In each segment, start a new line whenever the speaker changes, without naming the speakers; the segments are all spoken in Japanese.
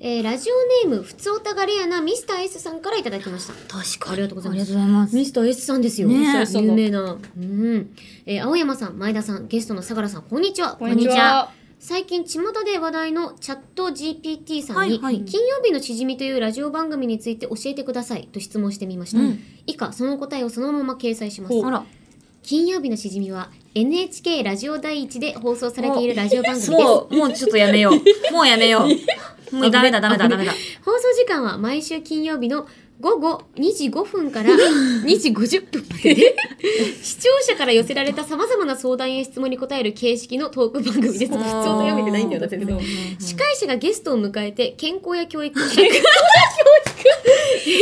えーラジオネーム、ふつおたがレアなミスター S さんからいただきました。
確か
ありがとうござい
あり
ま
が
す
とうございます。
ミスター S さんですよ。
ねえ
ミスター S さんの有名な。うん。えー青山さん、前田さん、ゲストの相良さん、こんにちは。
こんにちは。
最近巷で話題のチャット GPT さん
は
に、
いはい
金曜日のしじみというラジオ番組について教えてくださいと質問してみました、
うん
以下その答えをそのまま掲載します
あら、
金曜日のしじみは NHK ラジオ第一で放送されているラジオ番組です
もう、もうちょっとやめよう。もうやめよう。もうダメだ、ダメだ、ダメだ。
放送時間は毎週金曜日の午後2時5分から 2時50分まで で視聴者から寄せられたさまざまな相談や質問に答える形式のトーク番組です。普通と読めてないんだよな全然。司会者がゲストを迎えて健康や教育 健康や教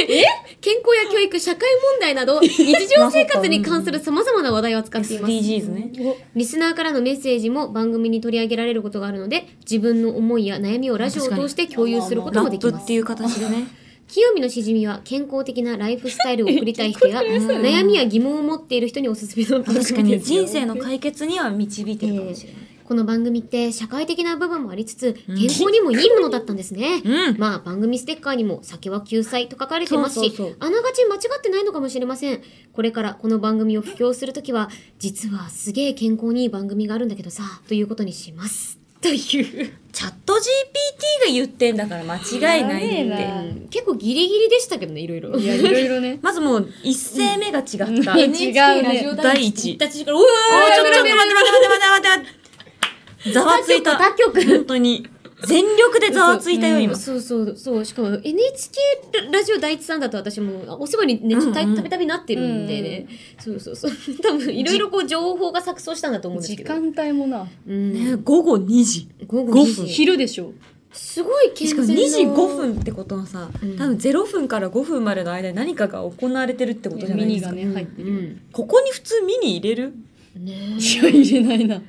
育 え健康や教育社会問題など 日常生活に関するさまざまな話題を扱っています。
DGs ね。
リスナーからのメッセージも番組に取り上げられることがあるので自分の思いや悩みをラジオを通して共有すること
ラ
もで
ッ
き
プ
ま
っ
す
て。いう形でね。
清見のしじみは健康的なライフスタイルを送りたい人 や悩みや疑問を持っている人におすすめの番
確か
組
に
ですよ
人生の解決には導いてるかもしれない。
この番組って社会的な部分もありつつ健康にもいいものだったんですね、
うん
まあ番組ステッカーにも「酒は救済」と書かれてますし
そうそうそう
あながち間違ってないのかもしれませんこれからこの番組を布教するときは実はすげえ健康にいい番組があるんだけどさということにしますという
チャット GPT が言ってんだから間違いな
や
いっ
べえ
て
な。
結構ギリギリでしたけどねいろいろ
い や、いろいろね。
まずもう一声目が違った。
ん違うね
第一。
立ちからうわ
おーちょっ
ー
と待って待って待って待って待って。ざわついた。
他局他局
本当に。全力でざわついたよ、今。
そうそうそうしかも NHK ララジオ第一さんだと私もあお世話にね
うんうん
たたびたびなってるんでね、そうそうそう多分いろいろこう情報が錯綜したんだと思うんです
時
けど
間帯もな。
うん
ね午後2時。
午後
五
2
分
時
昼でしょ。
すごい健
し
全
か
な
も2時5分ってことはさ、
うん
多分0分から5分までの間に何かが行われてるってことじゃな
ミニ
いですか。
がね、
うん
入って
う
る。
ん
ここに普通ミニ入れる
ね
いや、入れないな。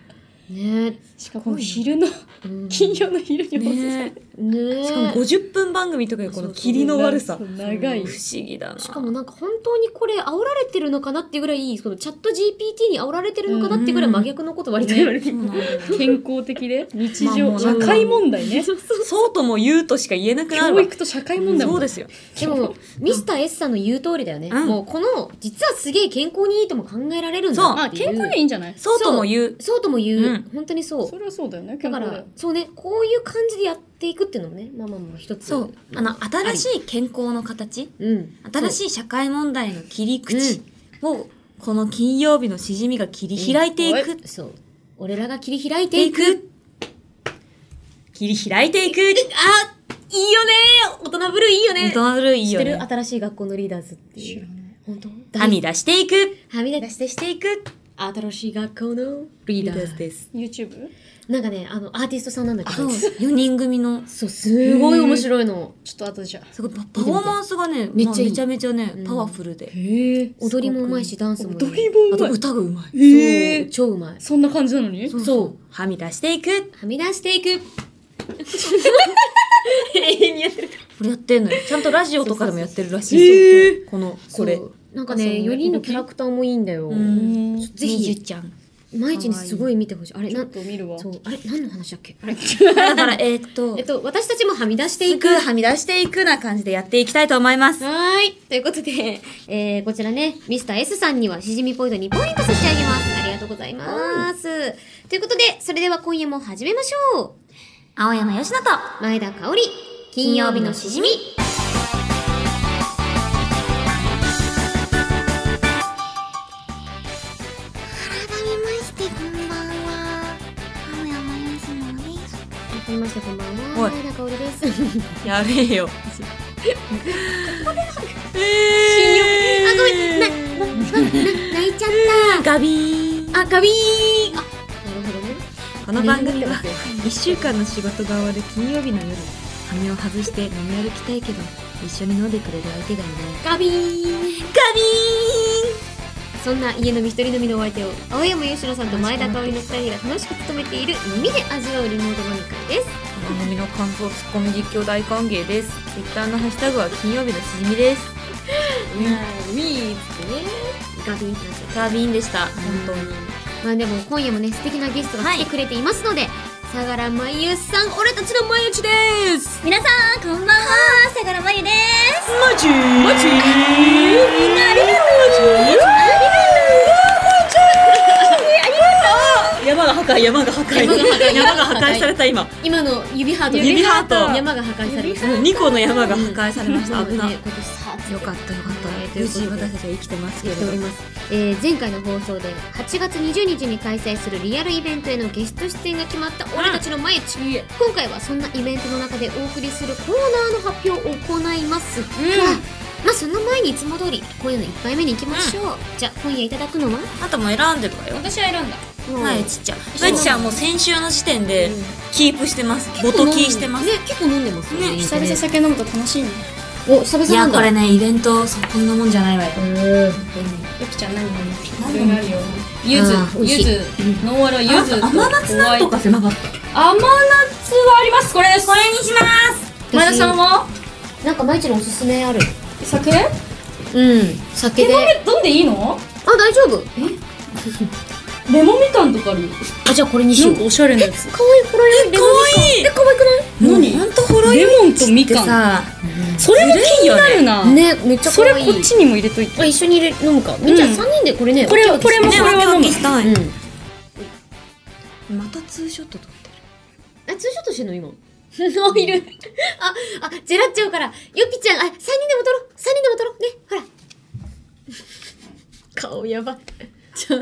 えね
しかも昼の、
え、うん、
金曜の昼に放送され
ね
る。
ねえ
しかも50分番組とかいうこの霧の悪さ。
そう
不
長い。
思議だな。
しかもなんか本当にこれ煽られてるのかなっていうぐらいそのチャット GPT に煽られてるのかなってぐらい真逆のこと割と言われて
そう
る、
なんだよね
健康的で、日
まあも
常、
うな
社
んか
会問題ね。
そうとも言うとしか言えなくなる
教
わ。
育と社会問題
そ
も
う。ですよ。
でも、ミスター S さんの言う通りだよね。
うん
もうこの、実はすげえ健康にいいとも考えられるん
そう
だ
ま
っ
あ、
てい
健
う。
康にはいいんじゃない
そうとも言う。
そうとも言う。
うん
本当にそう。
それはそうだよね、
だ
健
か
康だ
ら
よ。、
そうね、こういう感じでやっていくっていうのもね、まあまあまあ一つ。
そう。あの、新しい健康の形、
うん。
新しい社会問題の切り口を、この金曜日のしじみが切り開いていく。
い。そう。俺らが切り開いて
て
い
い
く。
く。切り開いていく。
あいいよね大人ぶるいいよね
ドナルいい
知っ
よ
て
ね
る。新しい学校のリーダーズっていう。本当
はみ出していく。
はみ出してしていく。新しい学校のリーダーズ。
です。
YouTube?
なんかね、あの、アーティストさんなんだけ
そ
ど
う、。4人組の、
そう、すごい面白いの。
ちょっと後でじゃあ。
すごいパパフォーマンスがね、
見てみて
まあめちゃめちゃね
うん、
パワフルで。
へえ。
踊りもうまいし、ダンスもうまい。
踊りも
あ
うま
と
い。
歌がうまい。
へ
そう
え。
超うまい。
そんな感じなのに
うそう。
はみ出していく。
はみ出して いく。
これやってんのよ。ちゃんとラジオとかでもやってるらし
へ
い。この、これ
そ。う。なんか
あそう
ね、4人のキャラクターもいいんだよ。
うん
ちょっ
ぜひ
みじちゃん。
毎日にすごい見てほしい。あれ、な
と
ん、
見るわ。
そう、あれ、何の話だっけあれ。
だから、 えーっと
えっ、と、私たちもはみ出して
い
いく
く。、はみ出していくな感じでやっていきたいと思います。
はーい。ということで、えー、こちらね、ミスター S さんにはしじみポイント2ポイント差し上げます。ありがとうございます。ということで、それでは今夜も始めましょう。
青山よしと、
前田香織、金曜日のしじみ。
改めましてこんばんは青山よしのです
改めまして、こんばん
お
は。
い
前田香織です。
やべえよ。
あ、ごめん、な、な、な、泣いちゃった。
ガビー
あ、ガビーンあ、なるほどね。
この番組は1週間の仕事が終わる金曜日の夜羽目を外して飲み歩きたいけど一緒に飲んでくれる相手がいない
ガビーン
ガビ
そんな家飲み一人飲みのお相手を、青山由ろさんと前田香織の二人が楽しく務めている耳で味わうリモート飲み会です。
ーン番組の感想ツッコミ実況大歓迎です Twitter のハッシュタグは金曜日のしじみです
ウィーってね。ガビーンってなっちゃっ
ガビーンでした本当に
た。まあでも今夜もね、素敵なゲストが来てくれていますので、相良真由さん、俺たちの真由ちです皆さん、こ
マジマジ
みんなありがとうありが
山が破壊山が破壊
山が破壊
山が破壊された今
とう今の指ハート
指ハート
山が破壊されました
2個の山が破壊されました
うん
危な
ね今年さ
よかったよかっ
と
た無
いうこと
事
で
私たちは生きてますけ
や
れ
って
ど
おります、えー前回の放送で8月20日に開催するリアルイベントへのゲスト出演が決まった俺たちのマイチ、今回はそんなイベントの中でお送りするコーナーの発表を行いますが、まあその前にいつも通りこういうの1杯目に行きましょう、じゃあ今夜いただくのは
あともう選んでたよ
私は選んだ
まえ
ち
ちっちゃんまえちちゃんもう先週の時点で
うん
キープしてますボトキーしてます
ね結構飲んでますよね
ね
久
久々酒飲むと楽しいね
々お久々
い
な
や
んだ
これねイベントそこんなもんじゃないわよ
ゆきちゃん何飲む
何
いろいろあるよゆず
あー美味
ゆ
しい
ずノンアルはゆずと
甘夏なんとかせなかった
甘夏はありますこれですこれにします前田さんは
なんか毎日のおすすめある
酒
うん酒であ
飲んでいいの
大丈夫
レモンみかんとかあるよ
あじゃあこれにし
な
ようん
かおしゃれなやつ
かわいいこれ
かわいい
かわいくない
もう
何
ほんとほろ酔い
レモンとみ
って
かん
さ
それも気になるな
ね、めっちゃ
そ
可
れ
愛い
こっちにも入れとい
こ
て
れ一緒に入れ飲むかみーちゃん
うん
3人でこれね
これ
わけわけして
こ
ね
れも
ワキワキした
う
い
ん
またツーショット撮ってる
あ、ツーショットしてんの今もう いるあ、あ、ジェラっちゃうからよぴちゃん、あ、3人でも撮ろう3人でも撮ろうね、ほら 顔やばちょ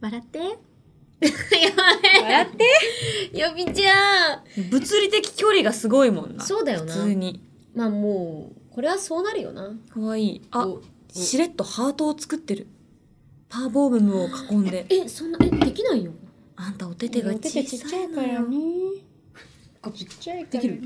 笑って やば
笑って
いよぴちゃん
物理的距離がすごいもんな
そうだよ
普
な
通に
まあもう、これはそうなるよな
かわいいあ
お
しれっとハートを作ってるパーボーブムを囲んで
え、そんな、え、できないよ
あんたお手手が小さいのよ
ちっちゃい
からね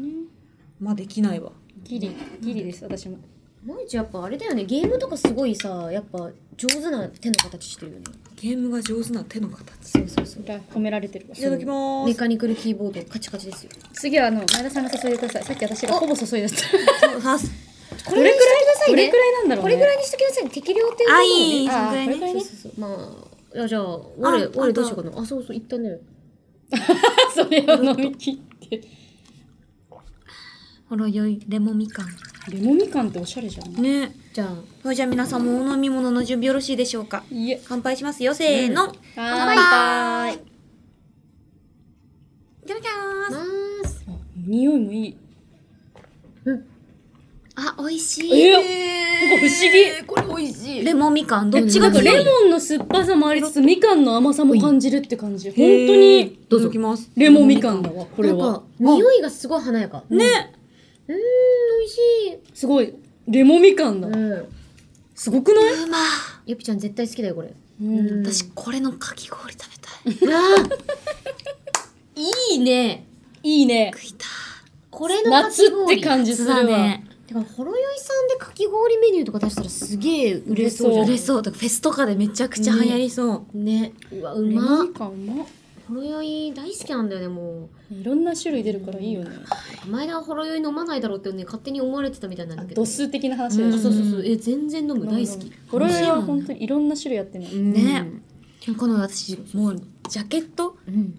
まあできないわ
ギリギリです私も
毎日やっぱあれだよねゲームとかすごいさやっぱ上手な手の形してるよね
ゲームが上手な手の形
そうそうそう
それは褒められてるわ
いただきま
メ
ーす
カニクルキーボードカチカチですよ
次はあの前田さんが注いでくださいさっき私がほぼ注いだった
さす
こ
れくらいこ
これ
れ
く
く
らい
らいなんだろう
こ
ね
れぐらいにしときなさいね適量っていう
あいい
ね
その
あ
ぐらい
ーこれくら
そ
い
う
ね
そうそうまあいやじゃあ俺
あ
俺どうしようかなあそうそういったね
それを飲み切って
ほろ酔いレモンみかん
レモンみかんっておしゃれじゃん
ね
じゃあ
それじゃあ皆さんもお飲み物の準備よろしいでしょうか
いえ
乾杯しますよせーの
乾
杯いただきま
ますーす
匂いもいい
あ美味しい
えー
え
なんか不思議
これ美味しい
レモンみかんどっちが
なんか
強
レ
い
モンの酸っぱさもありつつみかんの甘さも感じるって感じ本当
へ
に
ー
どうぞ
いただきます
レモンみかんだわこれ
なん
は
か匂いがすごい華やか
ね
うん美味しい
すごいレモンみかんだわ
うん
すごくないう
ま
ゆぴちゃん絶対好きだよこれ
うん
私これのかき氷食べた い
あーいいね
いいね
食いた
これのか
夏
き
って
氷
感じ
い
するわ
てかほろ酔いさんでかき氷メニューとか出したらすげえ売れそうじゃ
売
ない
れそうだからフェスとかでめちゃくちゃ流行りそう、
ねうわう
レ
ま
モ
っ
ンみかんも
ほろ酔い大好きなんだよねも
いろんな種類出るからいいよね
う前田はほろ酔い飲まないだろうってね勝手に思われてたみたいなんだけど
度数的な話
うん
あ
で
そうそうそうえ全然飲む大好き
これは本当にいろんな種類やってね
ねこの私もうジャケット
うん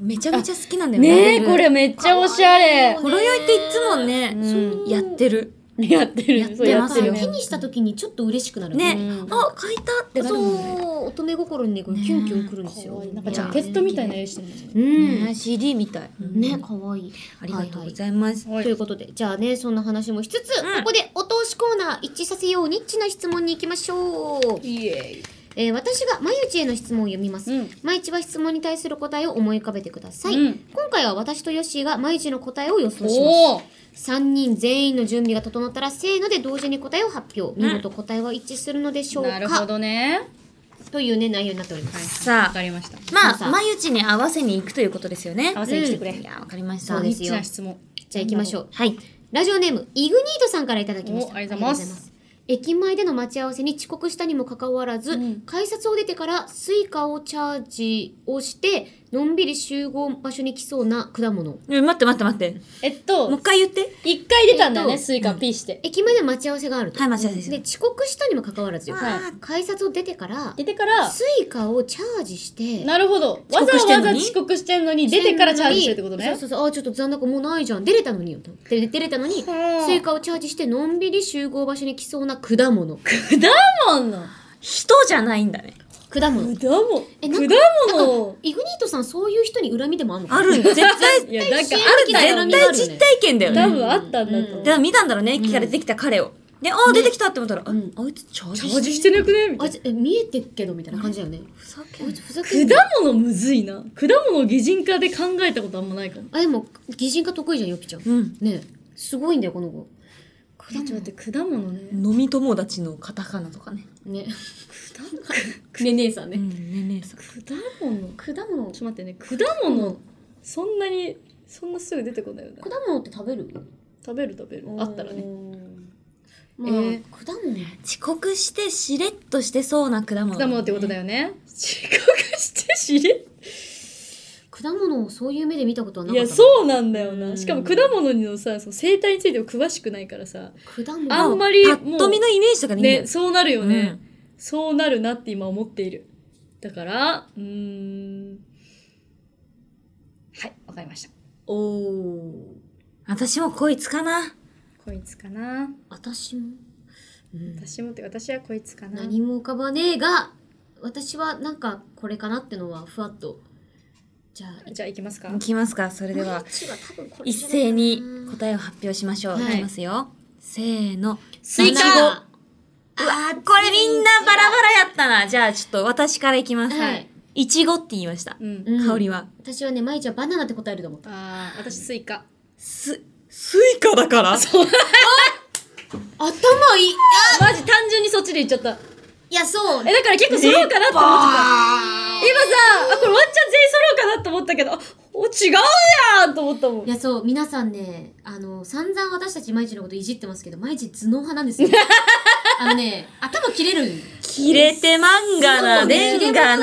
めちゃめちゃ好きなんだよ
ねえ
僕
これめっちゃおしゃれ
ほろ酔いっていつもね、
うん
やってる
やってる
やって
そう
ますよ
なんか手にした時にちょっと嬉しくなる
ね
うん
あ書いたってなる
そ
もんね
う乙女心にねこう
ね
キュンキュンくるんです
か
よ
わいいなんかジャケットみたいな絵してるもんね
うん
ね CD みたい、
ね可愛い
ありがとうございます、
ということで、じゃあね、そんな話もしつつ、
う
こ
ん
こでお通しコーナー一致させようニッチな質問に行きましょう。
イエイ
えー私が毎日への質問を読みます。
うん
毎日は質問に対する答えを思い浮かべてください。
うん
今回は私とヨッシーが毎日の答えを予想します。
おお
3人全員の準備が整ったら、せーので同時に答えを発表。見事答えは一致するのでしょうか、
なるほどね
というね、内容になっております。
さ
わ
あ
かりました
ま
さあ
あ眉内に合わせに行くということですよね
合わせに来てくれ
いやわかりまし
そ
た
うですよ
ニッチな質問
じゃあ行きましょう。
はい
ラジオネーム、イグニートさんからいただきました。
おありがとうございます
駅前での待ち合わせに遅刻したにもかかわらず、
うん
改札を出てからスイカをチャージをして、のんびり集合場所に来そうな果物
え待って待って待って。
えっ
もう
と
一、回言って。
一回出たんだよ
えっ
ね、
と
スイカピーして。
駅前で待ち合わせがあると、
はい、間違いです
で
よ。
遅刻したにもかかわらずよ、
はい
改札を出てから
出てから、
スイカをチャージして
なるほど。わ
遅
ざ
刻して
わ
んの
ざ
に
遅刻してんのに、出てからチャージしてるってことね
そう。そうそうあちょっと残高もうないじゃん出れたのによとで出れたのにスイカをチャージしてのんびり集合場所に来そうな果物
果物。
人じゃないんだね。
果物
果物。
えなんか
果
なん
物。
イグニートさんそういう人に恨みでもあるのか
あるよ。絶対、
いや、なんか、
ある
絶対実体験だよ
多
ね。
分あったんだと思う。
でも見たんだろうね、聞かれてきた彼を。で、ああ、出てきたって思ったら、ああいつチャージして
してなくねみ
あいつえ見えてっけどみたいな感じだよね
ふざけ
あ
ん
い
な
つふざけんな
果物むずいな。果物を擬人化で考えたことあんまないかも。
あでも擬人化得意じゃんよぴちゃん
うん。
ねえすごいんだよこの子
ちょっと待って、果物ね。
飲み友達のカタカナとかね。
ねね姉さん
う
ね
ん、ねねえさん。
果物。
果物
ちょっと待ってね、果物、そんなに、そんなすぐ出てこないよね
果。物って食べる
食べる食べる。あったらね。
まあ、
えー
果物
遅刻してしれっとしてそうな果物。
果物ってことだよね。遅刻して知れ
果物をそういう目で見たことはないかった
や、
な
そうなんだよな。しかも果物のさ、その生態についても詳しくないからさ、
果物
あんまり
パッと見のイメージとかでいいんだよ
ね、そうなるよね。
うん
そうなるなって今思っている。だから、うーん。はい、わかりました。
おお
私もこいつかな。
こいつかな。
私も、うん、
私もって、私はこいつかな。
何も浮かばねえが私はなんかこれかなってのはふわっとじゃあ
じゃあ行きますか。
いきますか、それでは。
一は多分これ
一
じゃないかな
斉に答えを発表しましょう。
はい
いきますよ。せーの。
スイカ
七
は
うわ、これみんなバラバラやったな。じゃあちょっと私からいきます。
はい。
いちごって言いました。
うん。
うん
香りは。
私はね毎日はバナナって答えると思った
ああ、私スイカ。
す、スイカだからそう。
頭いい
マジ単純にそっちで行っちゃった。
いやそう
え、だから結構揃うかなと思ってた。今さ、あ、これワンチャン全員揃うかなと思ったけど、あ、お、違うやんと思ったもん。
いやそう皆さんねあの散々私たち毎日のこといじってますけど毎日頭脳派なん ですよあのね頭切れる
切れてマンガな、レン
な
ガ
ん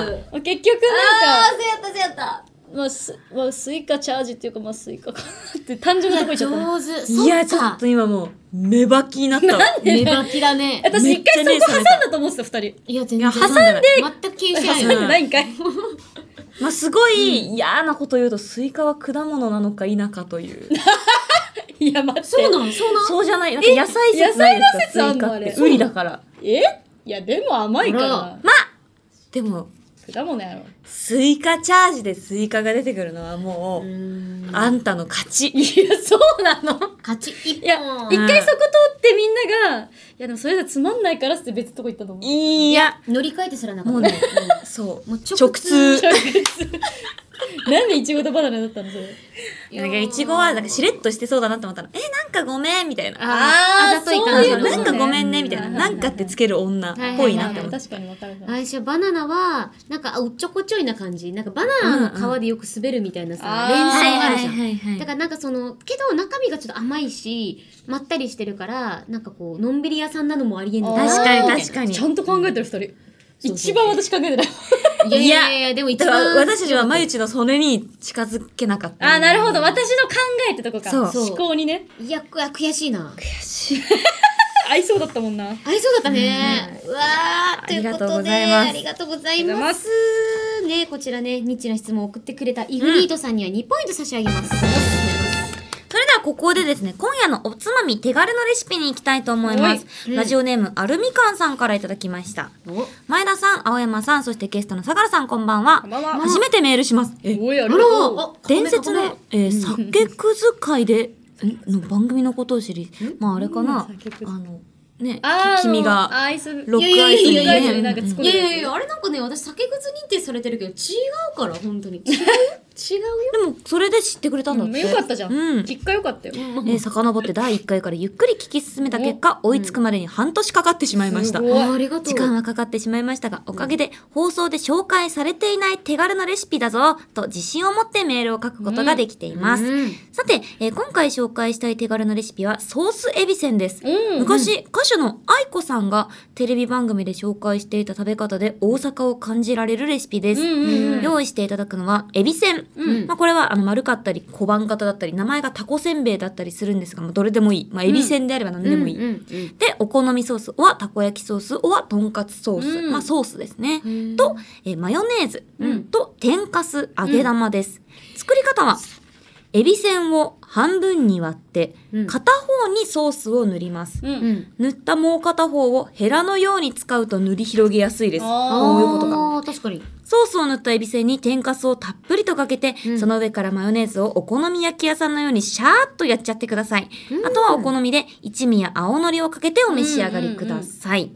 な。
です
あ結局なんか、
せやったせやった
まあ、すまあ、スイカチャージっていうか、まあ、スイカかなって単純なとこ行っちゃったな。
上手
いや、ち
そ
ょ
っ
っ
か
と今もう、芽ばきになったわ。
目ばきだね
私一回
めっちゃ
そ
目覚め
こ挟ん
た
だと思ってた、二人。
いや全
いや
然
挟んでない
全く気にし
挟
て
ん
ない
でないんかい。
まあ、すごい嫌なこと言うと、スイカは果物なのか否かという。
いや、待って。
そうなんそうなん
そうじゃない。なんか野菜説ないですか
野菜の説あ
ス
ん
イカ
の
って
あ。れ
ウリだから。
えいや、でも甘いから
ほら
な。
まあでも、
果物やろ。
スイカチャージでスイカが出てくるのはも
う
う、
ーん
あんたの勝ち。
いや、そうなの
勝ち一
いや、
本
一回そこ通ってみんなが、いやでもそれじゃつまんないからっつって別のとこ行ったと思う。
いや、
乗り換えてすらなかった
もうねそう。
もう直通
直通。
なんでイチゴとバナナだったのそれ。
なんか、いちごは、なんか、しれっとしてそうだなって思ったら、え、なんかごめん、みたいな。
あーあざとい感じ
そういうこ
な
と
んかごめんね、みたいな。
うん
なんかってつける女っぽいなって思った。
確かにわかるな。
最初バナナはなんかあおっちょこちょいな感じなんかバナナの皮でよく滑るみたいなさ、
うんうん
連想があるじゃん、
いは
だからなんかそのけど中身がちょっと甘いしまったりしてるからなんかこうのんびり屋さんなのもありえんの
確
な
かに確かに
ちゃんと考えてる二人。
そう
一番私考えてない。
いやいやいやいやでも一
だから
番
私たちはまゆちのそれに近づけなかった。
あー、なるほど。私の考えってとこか。
そう
そう
思考にね。
いやくや悔しいな
合いそうだったもんな。
合いそうだったね、うわー
あ
とい
り
う
が
こと
う
と
ご
で
ざいます
ありがとうございますねこちらねニッチな質問を送ってくれたイグニートさんには2ポイント差し上げます、
それではここでですね、今夜のおつまみ手軽のレシピに行きたいと思いま
う
す。
ん
ラジオネーム、アルミカンさんからいただきました。
お
前田さん、青山さん、そしてゲストの相良さん、こんばんは。
まあまあ。
初めてメールします。え
おい、あ
あらお
伝説の、えー酒くず会で、んの番組のことを知り、まああれかな、
酒くず
あの、ね、
あ
き
ー
君
あの
が、
アイス、
ロッ
い
ク
や
ア
い
イス
やいやいや
に
ロックアイスになんか
ね、
作
いやいやいやあれなんかね私酒靴認定されてるけど違うから本当に違う違うよ。
でも、それで知ってくれたんだっ
うん
て。
よかったじゃん。
うん。
結果よかったよ。
えー、遡って第1回からゆっくり聞き進めた結果、追いつくまでに半年かかってしまいました
す。ごい
あありがとう。
時間はかかってしまいましたが、おかげで放送で紹介されていない手軽なレシピだぞ、と自信を持ってメールを書くことができています。
うん
さて、えー今回紹介したい手軽なレシピはソースエビせんです。
うん。
昔、歌手の愛子さんがテレビ番組で紹介していた食べ方で大阪を感じられるレシピです。
うんうんうん
用意していただくのはエビせん。
うん
まあ、これはあの丸かったり小判型だったり名前がタコせんべいだったりするんですが、まあ、どれでもいい。まあ、エビせんであれば何でもいい。
うんうんうん
で、お好みソースはたこ焼きソースはとんかつソース、
うん
まあソースですね。
うん
と、えーマヨネーズ、と天かす揚げ玉です。作り方は、エビせんを半分に割って、
うん
片方にソースを塗ります。
う。
うんん。
塗ったもう片方をヘラのように使うと塗り広げやすいです。こういうことか。
あー確かに。
ソースを塗ったエビせんに天かすをたっぷりとかけて、
うん
その上からマヨネーズをお好み焼き屋さんのようにシャーッとやっちゃってください。
うん
あとはお好みで一味や青のりをかけてお召し上がりください。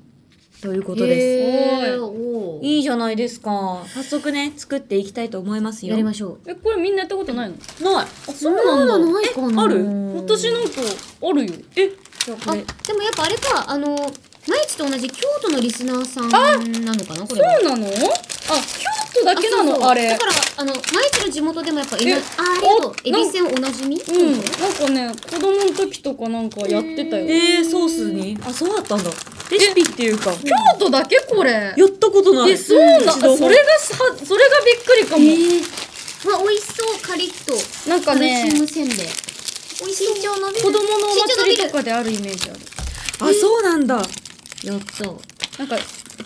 ということです。
へ
お
ーおー
いいじゃないですか。早速ね、作っていきたいと思いますよ。
やりましょう。
え、これみんなやったことないの
ない。
あ、そうなんだ。
そんなのないかな
えある
うん
私なんかあるよ。え、
じゃあ
あ、
こ
で
れ。
もやっぱあれか、あの、毎日と同じ京都のリスナーさんなのかなこれは。
そうなのあ、京都だけな
そうそう
のあれ
だか。ら、あの、毎日の地元でもやっぱ、え
え
あー、ありがとう。
お
えびせんおなじみ
うん。なんかね、子供の時とかなんかやってたよ。
えー、ソースにあ、そうだったんだ。レシピっていうか、や
京都だけこれ。
ったことない。
え、そうなの
一度も
それがさ、それがびっくりかも。
まあ、美味しそう、カリッと。
なんか
ドレッシン
ね
グ、せんべい。美味しい。身長伸びる。
子供のお
身長伸
祭
び
りと
る。
かであるイメージある。
あ、そうなんだ。
やった。
なんか、
屋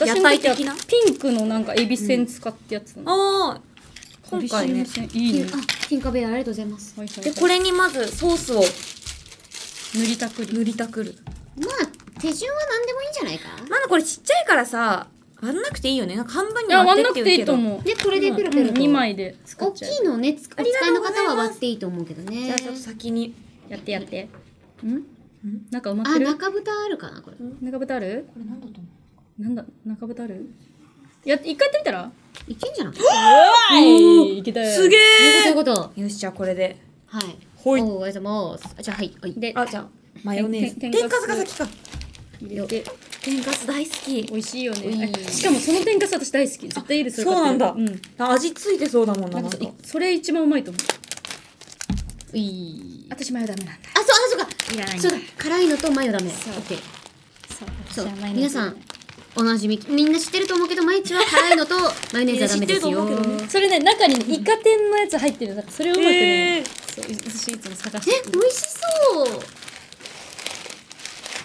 私の
台
時は
的な
ピンクのなんかエビせん使ってやつなの。
あー、今回
エ
ね
ビ。せんいいね。
あ、金貨ベアありがとうございます。
はいはい
で、これにまずソースを
塗りたくり。
塗りたくる。
まあ、手順は何でもいいんじゃないか
まだこれちっちゃいからさ、割んなくていいよね。なんか半分
い
に
や、
割っ
割ん
て
な
ってい
く
う
ていい
け
と
ど。
思う。
で、これでペロペロと。
2。枚で使
大
っちゃ。
きいうのをね、つお使
ありが
い
とう
の
ございます
方は割っていいと思うけどね。
じゃあちょっと先に。
やってやって。んなんか埋まっ
あ、
てる
中蓋あるかな、これ。
中豚ある
これなんだと思
なんだ、中豚あるや、一回やってみたら
いけんじゃない
はいいけた
うすげ
そういう
え
ことそういうこ
よし、じゃあこれで。
と。はい。
ほい
おーおはようございます。あじゃあ、はい。はい
で、
あ、じゃあ、マヨネーズ。
天
天
天
か
か
す
す
が先か。
入れて、
天かす大好き。
美味しいよ
う
ね
ん。
えしかもその天かす私大好き。絶対いいです
そうなんだ
うん。なん。
あ味ついてそうだもんな。
か
なんか
いそれ一番うまいと思う。
うい
私マヨダメなんだ。
あ、そう、あ、そうか。
いらな
そうだ。辛いのとマヨダメ。オ
そう
ッケー。
そう。
そう
私はマヨネーズ
皆さんおなじみみんな知ってると思うけど毎日は辛いのとマヨネーズはダメです
みんな
よ
知ってると思うけどね
それね、中にねイカ天のやつ入ってるの。だからそれをうまく
えー
ね。そう、私いつも探して
え美味しそう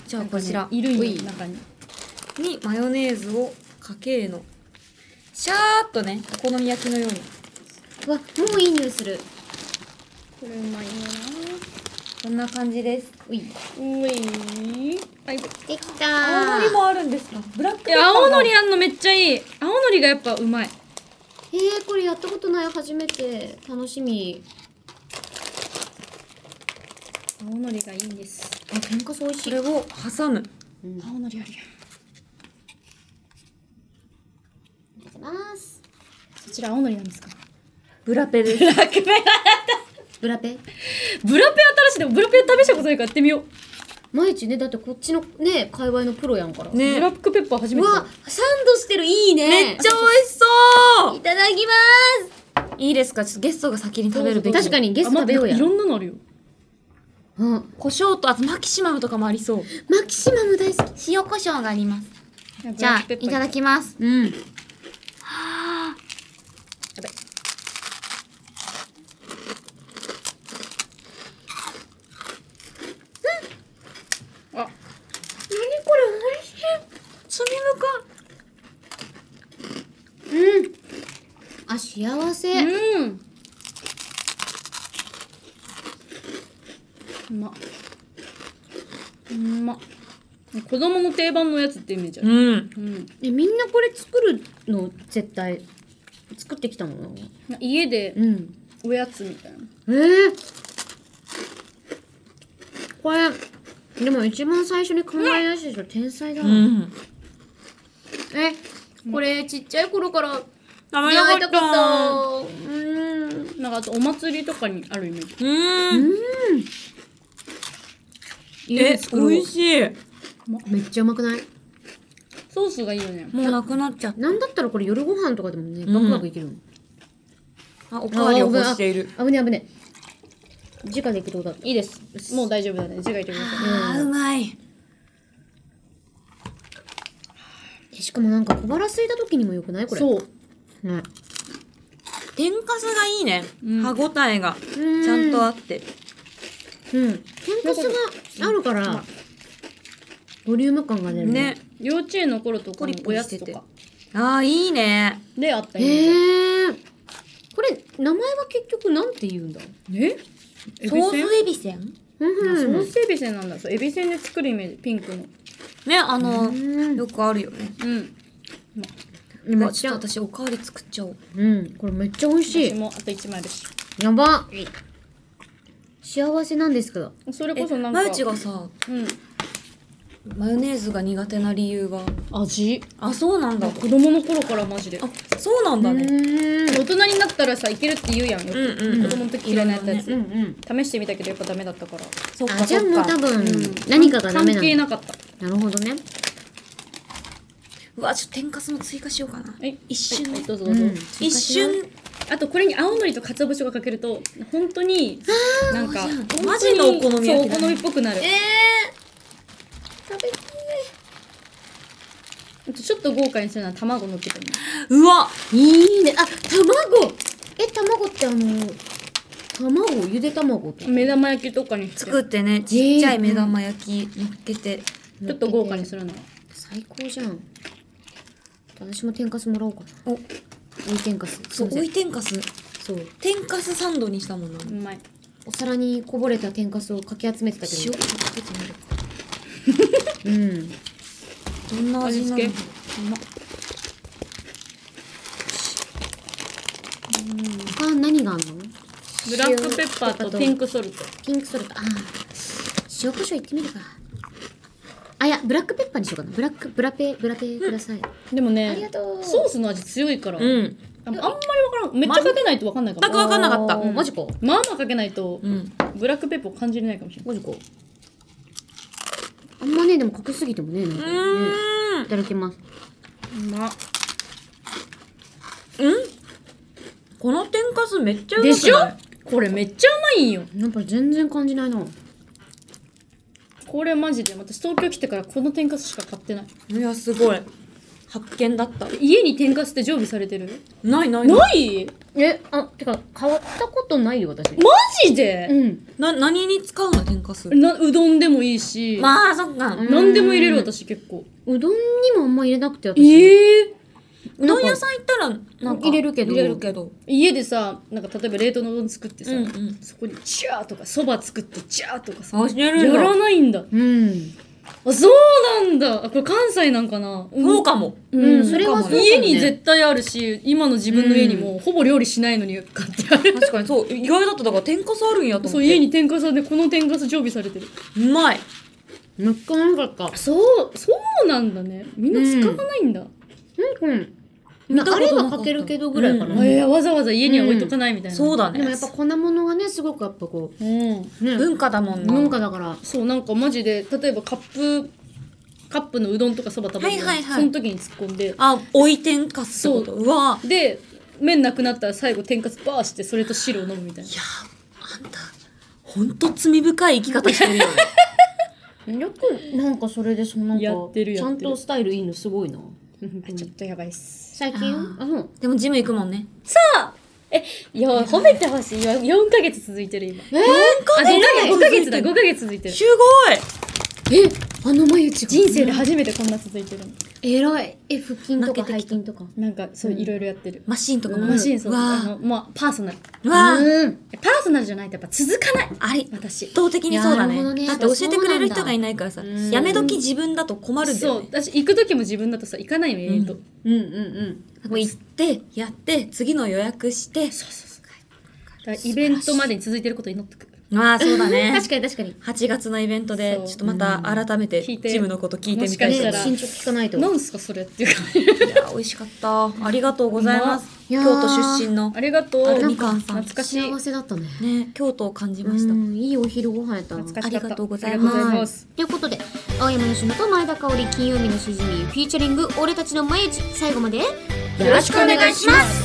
じゃあこちら
いる
うい
よ、中に。
にマヨネーズをかけの。シャーっとね、お好み焼きのように。
うわもういい匂いする
これうまいよ
こんな感じです。
ういう
いあいぶ
できた
青のりもあるんですかブラック
い
ペッパ
や
ーも
青のりあんのめっちゃいい青のりがやっぱうまい
えー、これやったことない初めて楽しみ
青のりがいいんです
あ天かす美味し
こ
い
れを挟む。
うんいただ
青のりあるよ
きます
そちら青のりなんですか
ブラペです。
ブラペ
ブラペ
ブラペ新しいでもブラペ試したことないからやってみよう、
毎日ねだってこっちのね界隈のプロやんから
ブ
ね
ラックペッパー初
う
めてだ
わサンドしてるいいね
めっちゃ美味しそ
いただきま
ういいですかちょっとゲストが先に食べるべ
す
き。
確かにゲスト食べようや
あ待っていろんなのあるよ
うん
胡椒と、あとマキシマムとかもありそう。
マキシマム大好き
塩胡椒があります。
じゃあいただき
ます。
うん
罪
あ
うん。あ、幸せ。
うんうまうま子供の定番のやつってイメージある、
深。うん。
うん、
え、みんなこれ作るの絶対作ってきたの。
家で
うん。
おやつみたいな
ええこれ。でも一番最初に考え出した人天才だわ、
うん。
え、これちっちゃい頃から
食
出会いたかった。
た。
うん。
なんかあとお祭りとかにあるイメージ。
うん。え、美味しい。
めっちゃうまくない
ソースがいいよね。
もうなくなっちゃっ
なんだったらこれ夜ご飯とかでもね、バクバクいけるの。
た。あ、おかわりを欲している。
危ね危ね。直で行くとこだ。
いいです。もう大丈夫だね。字がいてくださ
あー、うまい。
しかもなんか小腹空いた時にもよくないこ
い。
れ。
そう。
う。ね。
天かすがいいね。
うん
歯ごたえが
ち
ちゃんとあって。
うん。天かすがあるから、ボリューム感が出る
ね
ね。。
幼稚園の頃とか
ポ
の
リポ
お
リ
や
して
つと
て
か。
あー、いいね。
であったイメージ。
へー。これ、名前は結局なんて言うんだ
えエビ
ソー
せん
スエビせん
あソ
う
ースエビせんなんだ。そう、エビせんで作るイメージ。ピンクの。
ね、あの、
ん。
よくあるよね。
うん。
めっ
あ
ち
ちょ
ゃ
っと、私おかわり作っちゃおう。
うん。これめっちゃ美味し
私
い。
もあと1枚です。
やば。幸せなんですけど。
それ
え
こそなんか。
まゆちがさ、
うん。
マヨネーズが苦手な理由は
味
あ、そうなんだ。
子供の頃からマジで。
あ、そうなんだね。
ん
大人になったらさ、いけるって言うやん
う
よく。
んうんう
子
ん。
供の時嫌いなや
いろいろ
つ。
うんうん。
試してみたけどやっぱダメだったから。
そっかそ
あ、
っか。
じゃあもう多分
うん、
何かがダメな
関係
んだ。
なかった。
なるほどね。
うわ、ちょっと天かすも追加しようかな。
はい
一瞬ね
はいどうぞど
う
うぞ。
ん。
一瞬、
あとこれに青のりと鰹節がかけると本当になん
そ
か
うじゃん
本当に
マジのお好み焼きだね
そうお好みっぽくなる。ええ食べてちょっと豪華にするなら卵乗ってても
うわ
いいね。あ、卵え、卵ってあの、卵ゆで卵とか。
目玉焼きとかにして
作ってね、ちっちゃい目玉焼き乗っけて。
ちょっと豪華にするのは
最高じゃん。私も天かすもらおうかな。い
お、
い天かす。
そう、
すいま
追い天かす。
せんそう。
天かすサンドにしたもんな。
うまい
お皿にこぼれた天かすをかき集めてたけ
塩
ど
か。けてみる。
うん。
どんな味なの
味付
うま
他何があるの
ブラックペッパーとピンクソルト
ピンクソルト。ああ。塩コショウいってみるか。あ、いや、ブラックペッパーにしようかな。ブラック、ブラペ、ブラペください。
でも
ありが
ね
とう。
ソースの味強いから、あ
うん。
あんまりわからんめっちゃかけないとわかんないか
全く
も
わかんなかった。
あーマジか。
まあまあかけないと、
うん。
ブラックペッパーを感じれないかもしれない
マジか。あんまね、でもかけすぎてもね、なんか
う
ね
ーん
い。ただきます。
うま
この天かすめっちゃうまくな
で
い
しょこれめっちゃうまいんよ
やっぱ全然感じないな。
これマジで私東京来てからこの天かすしか買ってない
いや、すごい。発見だった。
家に天かすって常備されてる
ないないない。
ない
え、あ、てか、変わったことないよ、私。
マジで、
うん。
な、何に使うの天かす。
なうどんでもいいし、
まあ、そっか。
何でも入れ
う
る
ん
私結構
うどんにもあんま入れなくて、私。
ええ
うどん屋さん行ったら、なんか。
入れるけど
入れるけど。
家でさなんか例えば冷凍のうどん作ってさ、
うんうん
そこにジャーとかそば作ってジャーとかさ
あ、してる
や
んだ
らないんだ
うん。
あそうなんだあこれ関西なんかな
そうかも。
うん、
うん、それはそうかもね
家に絶対あるし今の自分の家にもほぼ料理しないのに買ってある、
確かにそう。意外だった。だから天かすあるんやと思って。
そう家。に天かすでこの天かす常備されてる
うまい。
めっちゃうまかった。
そうそうなんだねみんな使わないんだ、
うん。
見たこと
あ
な
れ
かった
ばかけるけどぐらいかな。
うん
えーわざわざ家には置いとかないみたいな、
そう
だ
だね。
でもやっぱ粉物がね、すごくやっぱこ
うん
う、ね、
文化だもんな。
文化だから。
そうなんかマジで例えばカップカップのうどんとかそば食べるの、
はいはいはい
その時に突っ込んで
あ、おい天かすってこと。うわ
で麺なくなったら最後天かすバーしてそれと汁を飲むみたいない
やあんた、ほんと罪深い生き方してるよね。
よく、なんかそれでそのなんか、
やってるや
ち
っ
ゃ
て
ん
る
とスタイルいいのすごい な。
あちょっとやばいっす
最近
あ
あ、そう。
でもジム行くもんね。
いや褒めてほしいよ4ヶ月続いてる今
えー、
あ5ヶ月5ヶ月だ5
え
ヶ月続いてる
すごい
あの眉ち
人生で初めてこんな続いてるの
えらい。え、腹筋と
泣け
か
て
背
きた
筋とか。
なんかそういろいろやってる、
マシンとかも。
マシンそう
う
あ
わ
のまあパーソナル
ぁ。うわぁ。
うん。
パーソナルじゃないとやっぱ続かない
あれ、
私
圧倒的にそう
い
だ
やなるほど
ね。
ね
だって教えてくれる人がいないからさ、
うん
やめ時自分だと困るんだ
そう
よね。
私行く時も自分だとさ行かないの永遠と、
うん
うんうん
もう行って、やって、次の予約して。
だからイベントまでに続いてることを祈っとく
ああ、そうだ ね。
確かに確かに。
8月のイベントで
そ、う
ちょっとまた改めて、
聞いて
ジムのこと聞いてみたい
ね
もし
と思いま
かしたら
す
進捗聞かないと。
なんすかそれっていう感
いや、美味しかった。ありがとうございます。
いや
京
ー
都出身の
じ。ありがとう。
アル
懐
ミカンさん。
かしい。
幸せだったね。
ね、京都を感じまし
う
た。
ん、いいお昼ご飯やったな。
懐かしかった
ありがとうございます
ありがとうございます。
ということで、青山佳乃と前田香織金曜日のしじみ、フィーチャリング、俺たちの毎日、最後まで、よ。
ろしくお願いします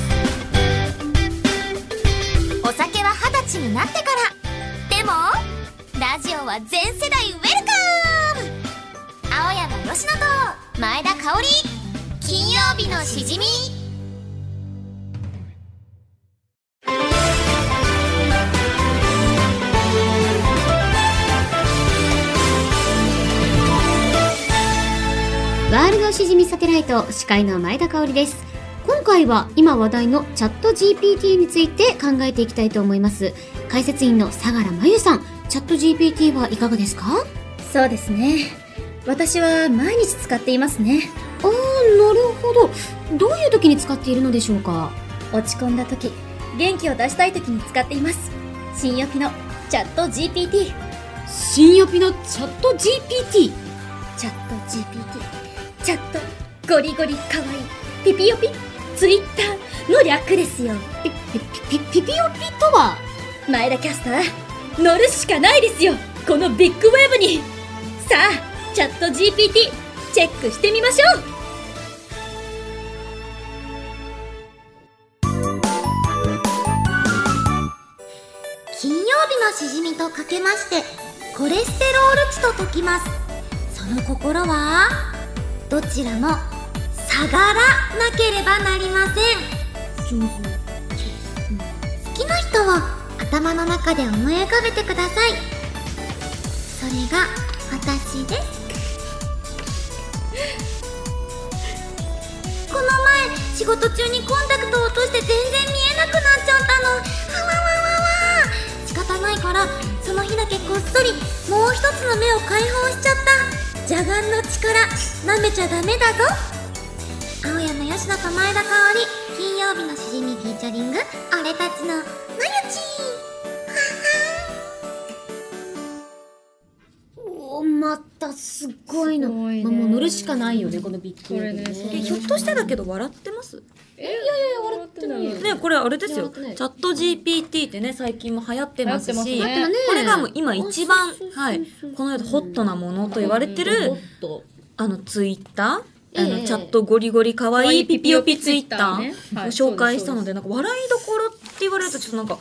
お酒は二十歳になってからでもラジオは全世代ウェルカム青山佳乃と前田香織金曜日のしじみ
ワールドしじみサテライト、司会の前田香織です。今回は今話題のチャット GPT について考えていきたいと思います。解説員の相良真由さん、チャット GPT はいかがですか
そうですね。私は毎日使っていますね。
ああ、なるほど。どういう時に使っているのでしょうか
落ち込んだ時、元気を出したい時に使っています。新予備のチャット GPT。
新予備のチャット GPT。
チャット GPT。チャット、ゴリゴリかわいい。ピピヨピ、ツイッターの略ですよ。
ピ、ピ、ピ、ピピオピとは
前田キャスター、乗るしかないですよ。このビッグウェーブに。さあ、チャット GPT、チェックしてみましょう
金曜日のしじみとかけましてコレステロール値と解きますその心はどちらも下がらなければなりません好きな人を頭の中で思い浮かべてくださいそれが私ですこの前仕事中にコンタクトを落として全然見えなくなっちゃったのあわわわわ仕方ないからその日だけこっそりもう一つの目を解放しちゃった邪眼の力なめちゃダメだぞ青山佳乃と前田香織金曜日のしじみフィーチャリング俺たちのまゆち
おーまたすごいな
すごいね
まあもう乗るしかないよねこのビッグウェーブ
これねそう
え、ひょっとしてだけど笑ってます
え、いやいや笑ってないよ。
ね、これあれですよ。
い
チ
や
ャット GPT ってね、最近も流行ってます
流行って
し、
ますね
これがもう今一番
あそうそうそう、そう
はい、この世でホットなものと言われて
ホ
る、
ット
あの、ツイッター、あ
ええ
の、チャットゴリゴリかわいいピピオピツイッタ
ピ
ー
ピオピツイッターねはい
を紹介したので、なんか笑いどころって言われるとちょっとなんか、う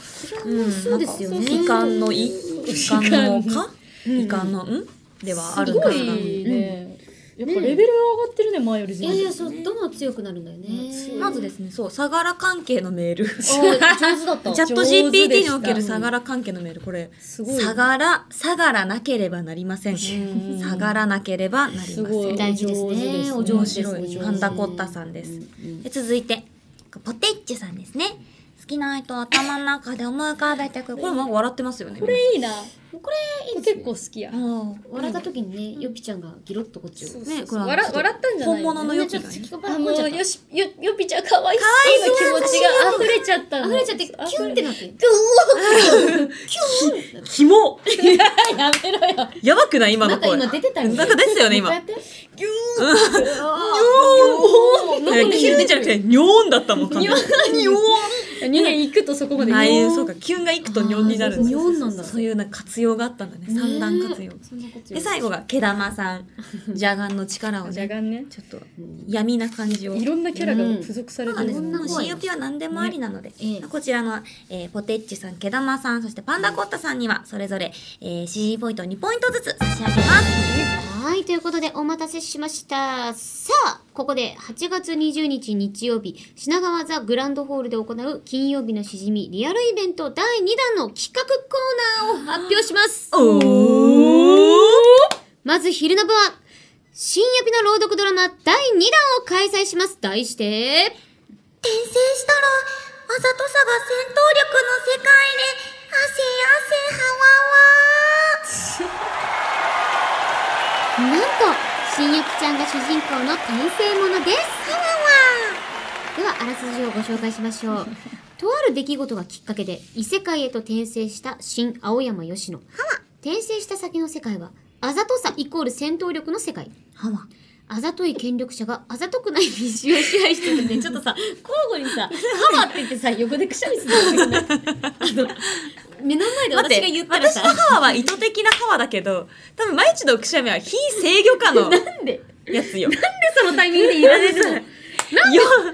ん、
そうですよね
なんか遺憾の遺、遺憾のか遺憾のんではある
す
んです
ご
が。
いね。やっ
ね
ぱレベルは上がってるね、前より
い
全
や
然。
いやそうどんどん強くなるんだよね
まずですね、そう、相良関係のメール。チ
おー上手 だ った
ャット GPT
上手でし
に
た
おける相良関係のメール、これ、
すごい。
下がら、下がらなければなりません。
ん
下がらなければなり
す
ま
ご
せ
い。
ん。
大事ですねお上手で
面
す
白
お上
い。
手
パンダコッタさんです。で続いて、ポテイッチさんですね。好きな人を頭の中で思い浮かべてくる。これも笑ってますよね。これいい。
いいな。
これいいです
結
ね
構好きや。
笑った時にねよぴちゃんがギロッとこっちを
そう
ね
そうそ
こ
う
れ
笑笑ったんじゃない
本物の
ちょっと
よぴが
突
ね
き込ま
あ
れ込
も
んじゃ
う
った
よしよよぴちゃんかわいそうな気持ちが溢れちゃったの
溢れちゃってキュンってなって
キモ
やめろよ
やばくない今の
なんか
声。
今出てたよね
なんか ですよね、今。
もう
え
一回やって
ーキュンじゃなくて、ニョーンだったもん、完全に
2年行くとそこまで
ああいう、そうか、キュンがいくとニョンになるんですよ
あーそうそうそうニョンなんだ
そういうなんか活用があったんだね。三段活用。
そんなこと
で、最後が、毛玉さ ん。邪眼の力を
じゃ
ね、
がんね
ちょっと、闇な感じを。
いろんなキャラが付属され
そう
て
なんで
る
す。
もん
もう
ね
声
COP は何でもありなので、
ええ
こちらの、えーポテッチさん、毛玉さん、そしてパンダコッタさんには、それぞれ、えー、CG ポイントを2ポイントずつ差し上げます。
はい、ということでお待たせしました。さあ、ここで8月20日日曜日、品川ザグランドホールで行う金曜日のしじみリアルイベント第2弾の企画コーナーを発表します。
お
まず昼の部は、新予備の朗読ドラマ第2弾を開催します。題して、
転生したらあざとさが戦闘力の世界で汗汗はわわ
なんと、新ゆきちゃんが主人公 の転生ものです。では、あらすじをご紹介しましょう。とある出来事がきっかけで異世界へと転生した新青山吉野。転生した先の世界は、あざとさイコール戦闘力の世界。
ハワ。
あざとい権力者があざとくない民衆を支配してるね。ちょっとさ、
互にさ、ハマって言ってさ、横でくしゃみするのよみんな あの、目の前
待っ
で私
て
が言ったら
私の
さ、
歯は意図的な歯はだけど、多分毎日のくしゃみは非制御下 の
なんで、
やつよ。
そのタイミングで入れられる のなんで、
よ
なんで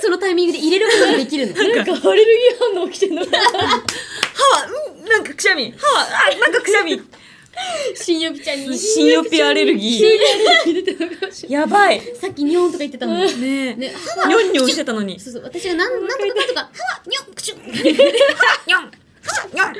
そのタイミングで入れることができるの
なんかアレルギー反応起きてんの
歯は、うん、なんかくしゃみ。歯は、あ、なんかくしゃ み。
新予備ちゃんに。
新予備アレルギー。やばい。
さっき日本とか言ってたの。ね、
ねえ。
歯
ニョンニョンしてたのに。
そうそう、私がなん、なんとかなんとか、歯は、にょん、くしゅん、歯は、
ニョンニョン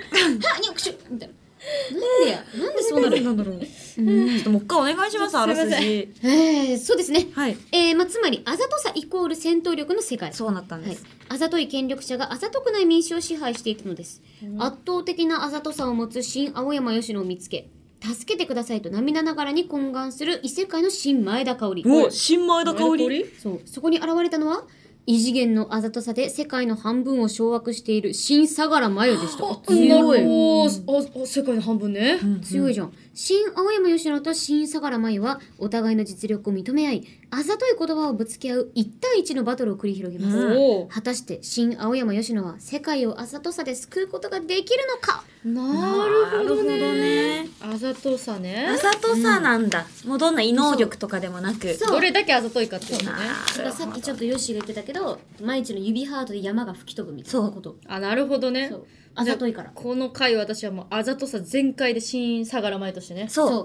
にょん、くしゅん、みたいな。なんで や、なんでそうなる
なんだろう。ちょっともう一回お願いします、あらすじ。
えー、そうですね。
はい。
えー、まあ、つまり、あざとさイコール戦闘力の世界。
そうなったん
は
で
い
す。、
あざとい権力者があざとくない民衆を支配していくのです、圧倒的なあざとさを持つ新青山吉野を見つけ助けてくださいと涙ながらに懇願する異世界の新前田香織
お、新前田香り。
そうそこに現れたのは異次元のあざとさで世界の半分を掌握している新相良真世で した強い
おーあ、あ世界の半分ね。
強いじゃん新青山吉野と新相良真由はお互いの実力を認め合いあざとい言葉をぶつけ合う1対1のバトルを繰り広げます、
うん
お
果たして新青山吉野は世界をあざとさで救うことができるのか
な
な
る
る
ほ
ほ
ど
ど
ね。
ね。
あざとさね
あ。ざとさなんだ。もうどんな異能力とかでもなく。
そう
どれだけあざといかってことね。
だからさっきちょっとヨッシーが言ってたけど毎日の指ハートで山が吹き飛ぶみたいなこと
あ、なるほどね
そ。うあざといから
この回私はもうあざとさ全開で新相良前としてね。
そ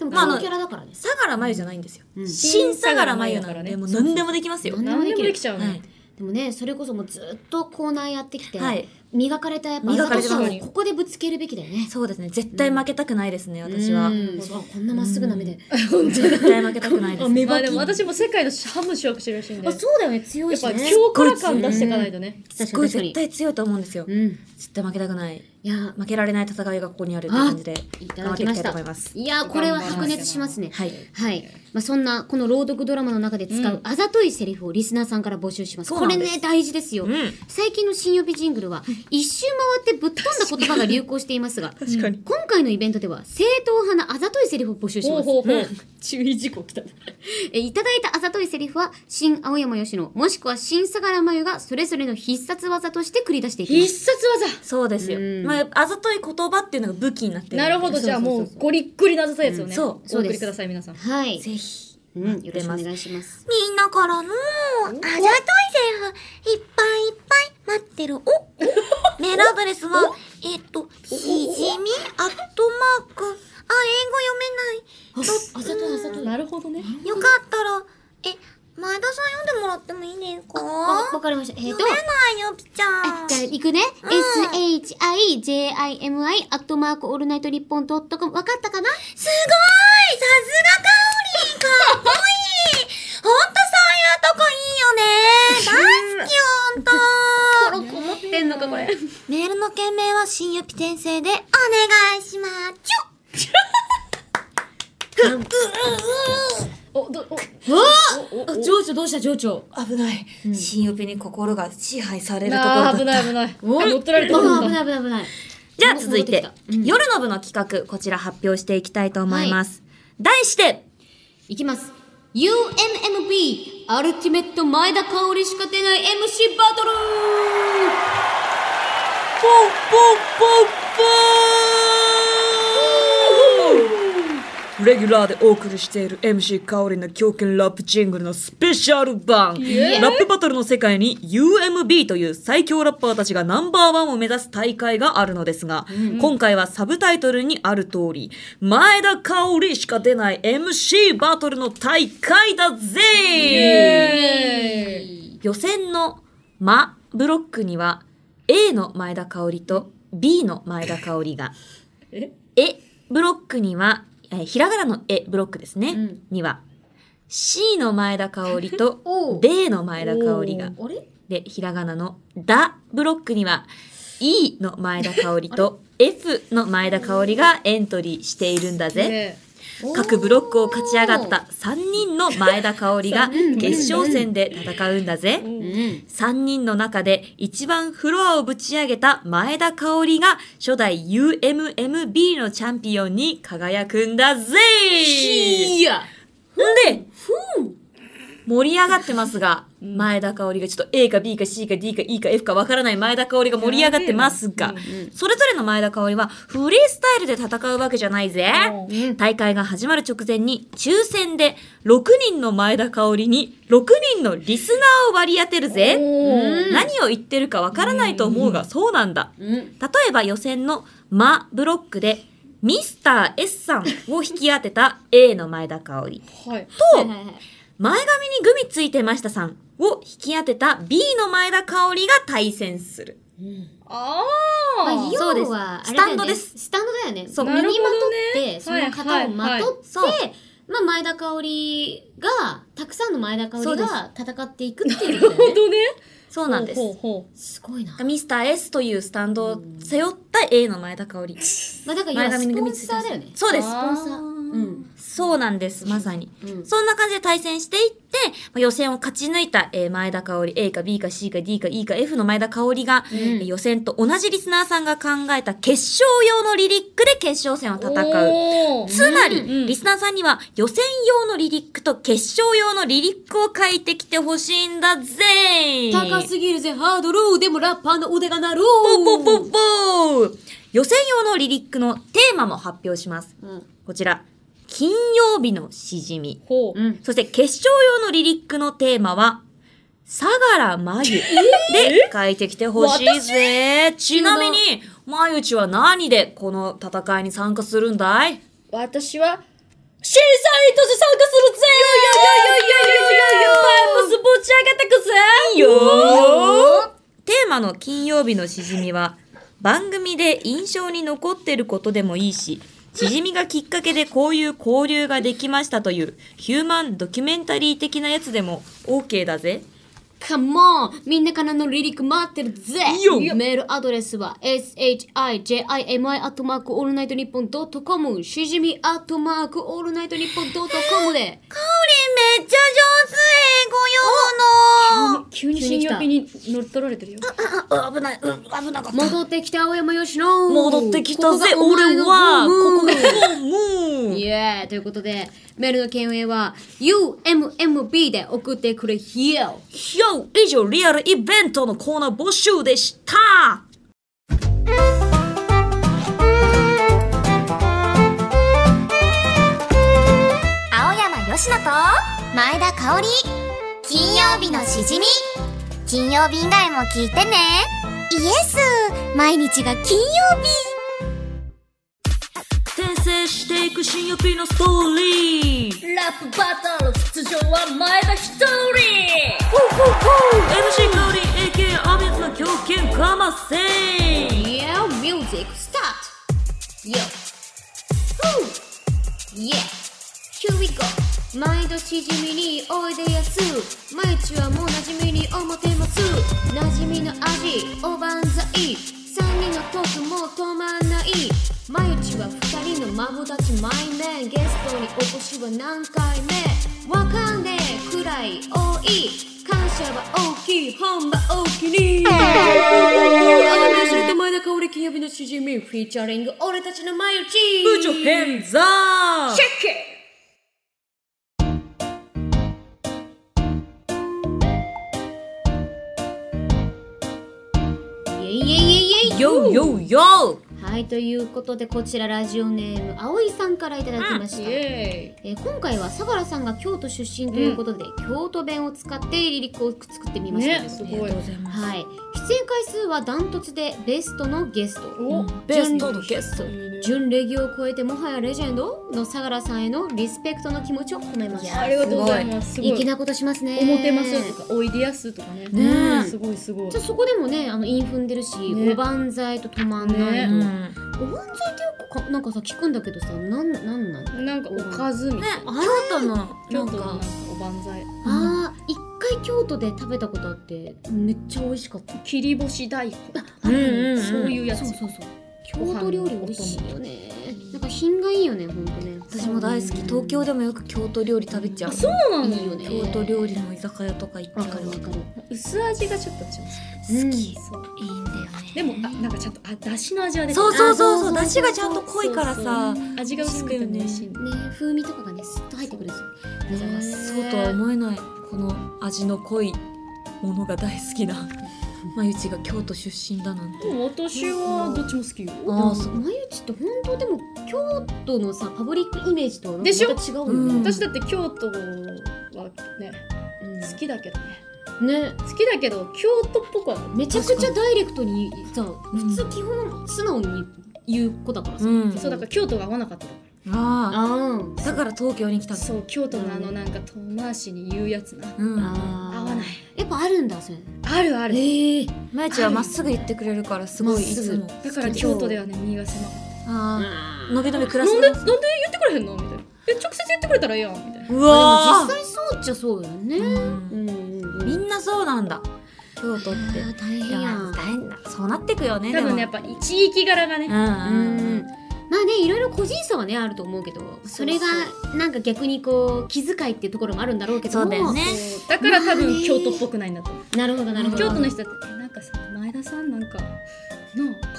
う
う。
でも
まあ
このキャラだからね
相良真由じゃないんですよ。
うん
新相良真由なんで、
新相良真由だからね
もう何でもできますよ。
そう
は
何でもできちゃうね。
い。
でもねそれこそもうずっとコーナーやってきて、
はい
磨かれたやっぱあ
磨
ざ
か
と
れてま
さ
す
をここでぶつけるべきだよね
そうですね。絶対負けたくないですね、私は
う。んそうこんなまっすぐな目で、
絶対負けたくないですね。
まあでも私も世界の半分掌握してるらしいんで。
あ
やっ
そうだよね強いし
ぱ
ね
強化感出していかないとね。
確かに
すごい
確かに
絶対強いと思うんですよ
う。ん
絶対負けたくない。
いや
負けられない戦いがここにあるって感じで、
いた
頑張
だ
っ
き
てい
ま
きた
し
いと
た
思います。
いやこれは白熱しますね
はい。
はい。まあ、そんな、この朗読ドラマの中で使
う
うんあざといセリフをリスナーさんから募集します。
そう
こ
な
れ
んです
ね、大事ですよ。
うん
最近の新予備ジングルは、一周回ってぶっ飛んだ言葉が流行しています が、
確かに。
今回のイベントでは、正統派なあざといセリフを募集し
ほ
ま
う
す。
ほうほう。
注意事項きた。え、いただいたあざといセリフは、新青山吉野、もしくは新相良真由が、それぞれの必殺技として繰り出していきま
必
す。
殺技
そうですよ
うん。
まあ、あざとい言葉っていうのが武器になってる。
なるほ
そ
ど、
うそうそうそう
じゃあもうゴリッゴリなあざといやつをね。
うんそう
お送りください、皆さん。
はい。
ぜひ。
うん、よろしくお願いします。
みんなからの、あざといセリフ、いっぱいいっぱい待ってる。お メールアドレスは、えっと、ひじみアットマーク。あ、英語読めない。
あざといあざとい。
なるほどね。
よかったら、え、前田さん読んでもらってもいいですか
わわかりました。えっ、
読
と
め、ないよ、ぴちゃん。
じゃあ、行くね。shijimi アットマークオールナイトニッポンドットコム。わかったかな
すごいさすがかおりんかっこいいほんとそういうとこ
こ
いいよね大好きほんと
もってんのか、これ。
メールの件名は新ゆぴ転生でお願いします ちょ
お、ど、お、
情緒どうした、情緒。
危ない。新予備に心が支配されるところ
あ
だ
ー
っ
危
た。
ない危ない。乗っ取られ
あ
てる
ー危ない危ない危ない。
じゃあ続いて
戻っ、
夜の部の企画、こちら発表していきたいと思います。題して、
いきます。UMMB、アルティメット前田香織しか出ない MC バトル
ポンポンポンポンレギュラーでお送りしている MC 香りの狂犬ラップジングルのスペシャル版ラップバトルの世界に UMB という最強ラッパーたちがナンバーワンを目指す大会があるのですが、今回はサブタイトルにある通り前田香織しか出ない MC バトルの大会だぜ予選の「ま」ブロックには A の前田香織と B の前田香織が「
え
え」ブロックには、えーひらがなの「え」ブロックですね、
ん
には C の前田香織 と
おう
D の前田香織が
あれ
でひらがなの「だ」ブロックには E の前田香織と F の前田香織がエントリーしているんだぜ。
ねえ
各ブロックを勝ち上がった3人の前田香織が決勝戦で戦うんだぜ。
うん
3人の中で一番フロアをぶち上げた前田香織が初代 UMMB のチャンピオンに輝くんだぜ
いや
で、盛り上がってますが、前田香織がちょっと A か B か C か D か E か F かわからない前田香織が盛り上がってますが、それぞれの前田香織はフリースタイルで戦うわけじゃないぜ。大会が始まる直前に抽選で6人の前田香織に6人のリスナーを割り当てるぜ。うん何を言ってるかわからないと思うが、そうなんだ。
うん
例えば予選の「マ」ブロックでミスター S さんを引き当てた A の前田香織
はい。
と前髪にグミついてましたさんを引き当てた B の前田香織が対戦する。
あ
まあ
あ。
要はあれだよね
スタンドです
スタンドだよね
そう
身にまと
なるほど
って
ね
その型をまとって
はいはい
まあ前田香織がたくさんの前田香織が戦っていくっていうことだよ
本
ね
当ね。
そうなんです。
ほうほう
すごいな
ミスター S というスタンドを背負った A の前田香織。
まあだから要
前
は
髪
ス
にグ
ポ
ミ
ン
ついて
サ
ま
ー
す
だよね
そうです。
ス
ポンサーうん
そうなんです、まさに。
うん
そんな感じで対戦していって、まあ予選を勝ち抜いた、えー前田香織、A か B か C か D か E か F の前田香織が、
ん
予選と同じリスナーさんが考えた決勝用のリリックで決勝戦を戦う。
おー
つまり、
うん
リスナーさんには予選用のリリックと決勝用のリリックを書いてきてほしいんだぜ
高すぎるぜハードルでもラッパーの腕が鳴る
ポポポポー予選用のリリックのテーマも発表します。
うん
こちら、金曜日のしじみ。
ほう。
そして決勝用のリリックのテーマは、相良真由で書いてきてほしいぜ。ちなみに、真由ちは何でこの戦いに参加するんだい
私は、審査員として参加するぜバイブスぶち上げてくぜ
テーマの金曜日のしじみは、番組で印象に残ってることでもいいし、しじみがきっかけでこういう交流ができましたというヒューマンドキュメンタリー的なやつでも OK だぜ。
カモンみんなからのリリック待ってるぜ
よ
メールアドレスは shijimi.allnightnippon.com しじみ .allnightnippon.com で
めっちゃ上手英語読むの
急に信用品に乗っ取られてるよ。
戻ってきた青山よしの
戻ってきたぜ
ここが
俺はこ
ホー
こが
ム
ホー ム
イエーイということでメールの件名は UMMB で送ってくれ Here
よ以上リアルイベントのコーナー募集でした
青山よしのと前田香織金曜日のしじみ金曜日以外も聞いてねイエス毎日が金曜日
転生していく新予備のストーリー
ラップバトル出場は前田一人
MC 香り AK アビスの狂犬かませ
Yeah music start Yo Woo Yeah Here we go 毎度しじみにおいでやす毎日はもう馴染みに思ってます馴染みの味おばんざい三人のトークも止まんない毎日は二人の孫たちマイメンゲストにお越しは何回目わかんねえくらい多い感謝は大きい本場大きにあすると前田香織金曜日のしじみフィーチャリング俺たちのマユチ
ブーチョヘンザー
イエイイエイイエイイエイ
よよよ
はいということでこちらラジオネーム葵さんからいただきました、
エ
えー今回は相良さんが京都出身ということで、京都弁を使ってリリックを作ってみました、
ね、すごい。
はい出演回数はダントツでベストのゲスト
お
ベストのゲスト
準レギュを超えてもはやレジェンドの相良さんへのリスペクトの気持ちを込めました
ありがとうございます。すごい。
粋なことしますね
おもてましとか、おいでやすとかね。
ねえ
すごいすごい
じゃ。あそこでもねあの韻踏んでるし、
ね
おばんざいと止まんないの、
うん
おばんざいってよくかなんかさ聞くんだけどさなんなんなん
なんかおかずみ
ね
たいな。
新たなな
京
ん
都のなん
か
かおばんざい。
あー一回京都で食べたことあってめっちゃ美味しかった
切り干し大根。
うんうんうん
そういうやつ
そう。そうそう京都料理美味しいよねなんか品がいいよねほんとね
私
も大好き東京でもよく京都料理食べちゃう
そうなの
いいよね
京都料理の居酒屋とか行っちゃ
わ
う
かるわかる
薄味がちょっと違う
好き
そう
いいんだよね
でもあなんかちゃんとあだしの味は出て
そうそうそうそ
あそうそ
う
うそう
出汁がちゃんと濃いからさ
味が薄くても美味しいんだ
ね風味とかがねスッと入ってくるんですよね
そうとは思えないこの味の濃いものが大好きなまゆちが京都出身だなんて
でも私はどっちも好きよ
ああ
で
そう
もまゆちって本当でも京都のさパブリックイメージとはなんか
でしょ
また違うよね、
うん
私だって京都はね
うん
好きだけどね
ね
好きだけど京都っぽくはない
めちゃくちゃダイレクトにさ普通基本素直に言う子だからさ、
うん
そうだから京都が合わなかったの
あ
あ
あだから東京に来たんだ
そう京都のあのなんか遠回しに言うやつな
う
あ
ん
あ
合わない
やっぱあるんだそれ
あるある
ええ
まゆちはまっすぐ言ってくれるからすごいいつも
だから京都ではね身が狭かっ
ああ
ー
のびのび暮
た
らし
なん
て
で
ま
な
す
んで言ってくれへんのみたいなえ直接言ってくれたらいいやんみたいな
う
まあ
わ
でも実際そうっちゃそうよね、
ー
んうんう
みんなそうなんだ京都っ
あ
て
ー大
い
変
や
や
大
ん
変だそうなってくよね
多分ね
で
やっ
も
ぱ地域柄がね
う
うんうん
んまあねいろいろ個人差はねあると思うけどそれがなんか逆にこう気遣いっていうところもあるんだろうけども
そうだよね
そうだから多分京都っぽくないんだと思う
なるほどなるほど
京都の人だってえなんかさ前田さんなんかなあ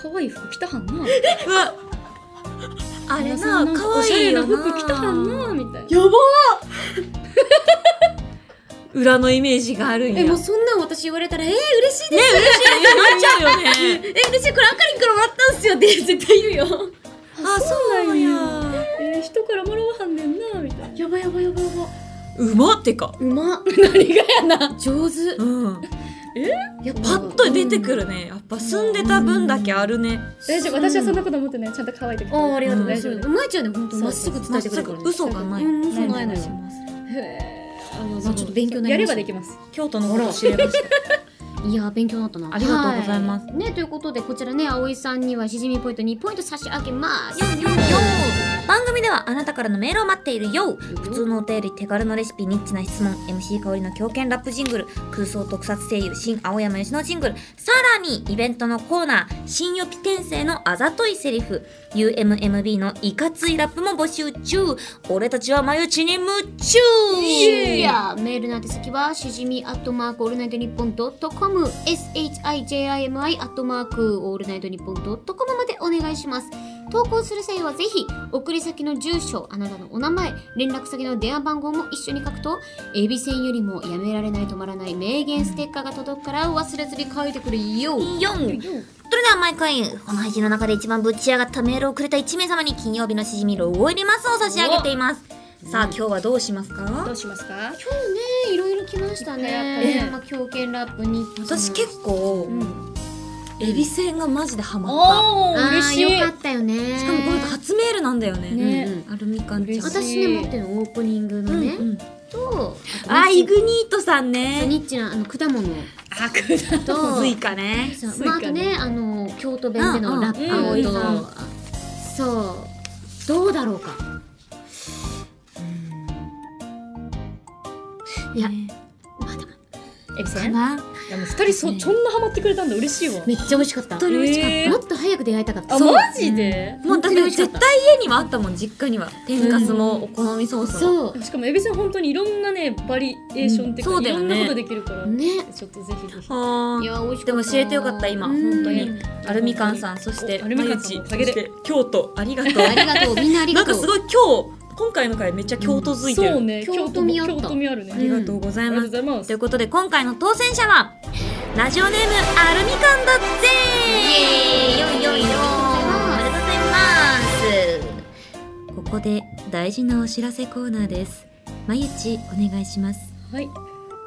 可愛い服着たはんな
あれ
前田さ
なん
んか
可
おしゃ
愛
れ
い
な
よな
服着たはんなみたいな
裏のイメージがあるんや
えもう
ね
そんなん私言われたらえー、嬉しいです、
嬉しいなっちゃうよね
え嬉しいこれあかりんからもらったんすよって絶対言うよ
あそうなんや
えー、人からもらわはんねんなみたいな
やばやばやばやば
うまってか
うま
何がやな
上手
うん
やっぱ
パッと出てくるねやっぱ住んでた分だけあるね
大丈夫私はそんなこと思ってないちゃんと可愛いと
あーありがとう
大
大
丈
丈
夫
夫まいちゃんね本当
そう
まっすぐ伝
ま
え
ってす
くれるから
ぐ嘘がない
うん嘘ないのよ
へーあ
まあちょっと勉強にな
や
り
れ
ました
ばできます
京都のことを知れました
いやー勉強になったな
ありがとうございます
はねということでこちらね葵さんにはしじみポイント2ポイント差し上げます
番組ではあなたからのメールを待っているよ普通のお便り手軽のレシピニッチな質問 MC 香りの狂犬ラップジングル空想特撮声優新青山吉野ジングルさらにイベントのコーナー新予備転生のあざといセリフ UMMB のいかついラップも募集中俺たちは眉打ちに夢中
いやメールの宛先はしじみアットマークオールナイトニッポンドットコム SHIJIMI アットマークオールナイトニッポンドットコムまでお願いします投稿する際はぜひ送り先の住所あなたのお名前連絡先の電話番号も一緒に書くとエビせんよりもやめられない止まらない名言ステッカーが届くから忘れずに書いてくれよ
4それでは毎回この配信の中で一番ぶち上がったメールをくれた1名様に金曜日のしじみロゴ入りますを差し上げていますさあ今日はどうしますか
どうしますか
今日ねいろいろ来ましたね
いっぱいあったね
まあ狂犬ラップに
私結構、
ん
エビせんがマジでハマっ
お
あ
ー嬉
ー
しい
よかったよね
たしかもこの人初メールなんだよね
ね
うんうん
アルミ缶ちゃん
嬉しい
私ね持ってるのオープニングのね、
うんうん
と
あイグ
ニ
ニートさんね
ニッチなあの果物
あくだ
と
スイカね
そう
スイカね
まあ、あとねあの京都弁で
うんう
の
ん
ラップ
うんうん
と、あそうどうだろうかいや
えびせ
か
んい
な
やもう二人そそんなハマってくれたんだ嬉しいわ
めっちゃ美味しかった
本当に美味しかった、
え
もっと早く出会いたかった
あ
そう
マジで
もうだ
本
っ
当に美
て
味しかっ
絶
た
対家にはあったもん実家には天かすもお好みソースも、
そう
しかもえびせん本当にいろんなねバリエーションっていうか、
うんそうだ
い
よ
ろ
ね
んなことできるから、
ね
ちょっとぜひぜひ
はー
いや美味しかった
でも知れてよかった今
うん
本当にアルミカンさんそして
アルミカンさ
ま
ん
ゆ
お
ち
かげで
そして京都ありがとう
ありがとうみんなあり
なん
が
か
とう
すごい今日今回の回めっちゃ京都づいてる、
そうね
京都味あった
京都味あるね、
あ
あり
りがとうございま
がとうご
す、
ざいます
ということで今回の当選者はラジオネームアルミカンだぜイエーイよいよいよおめでとうございますここで大事なお知らせコーナーですまゆちお願いします
はい。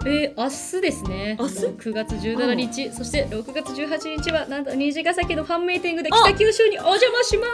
えー、明日ですね
明日
9月17日そして6月18日はなんと虹ヶ崎のファンミーティングで北九州にお邪魔します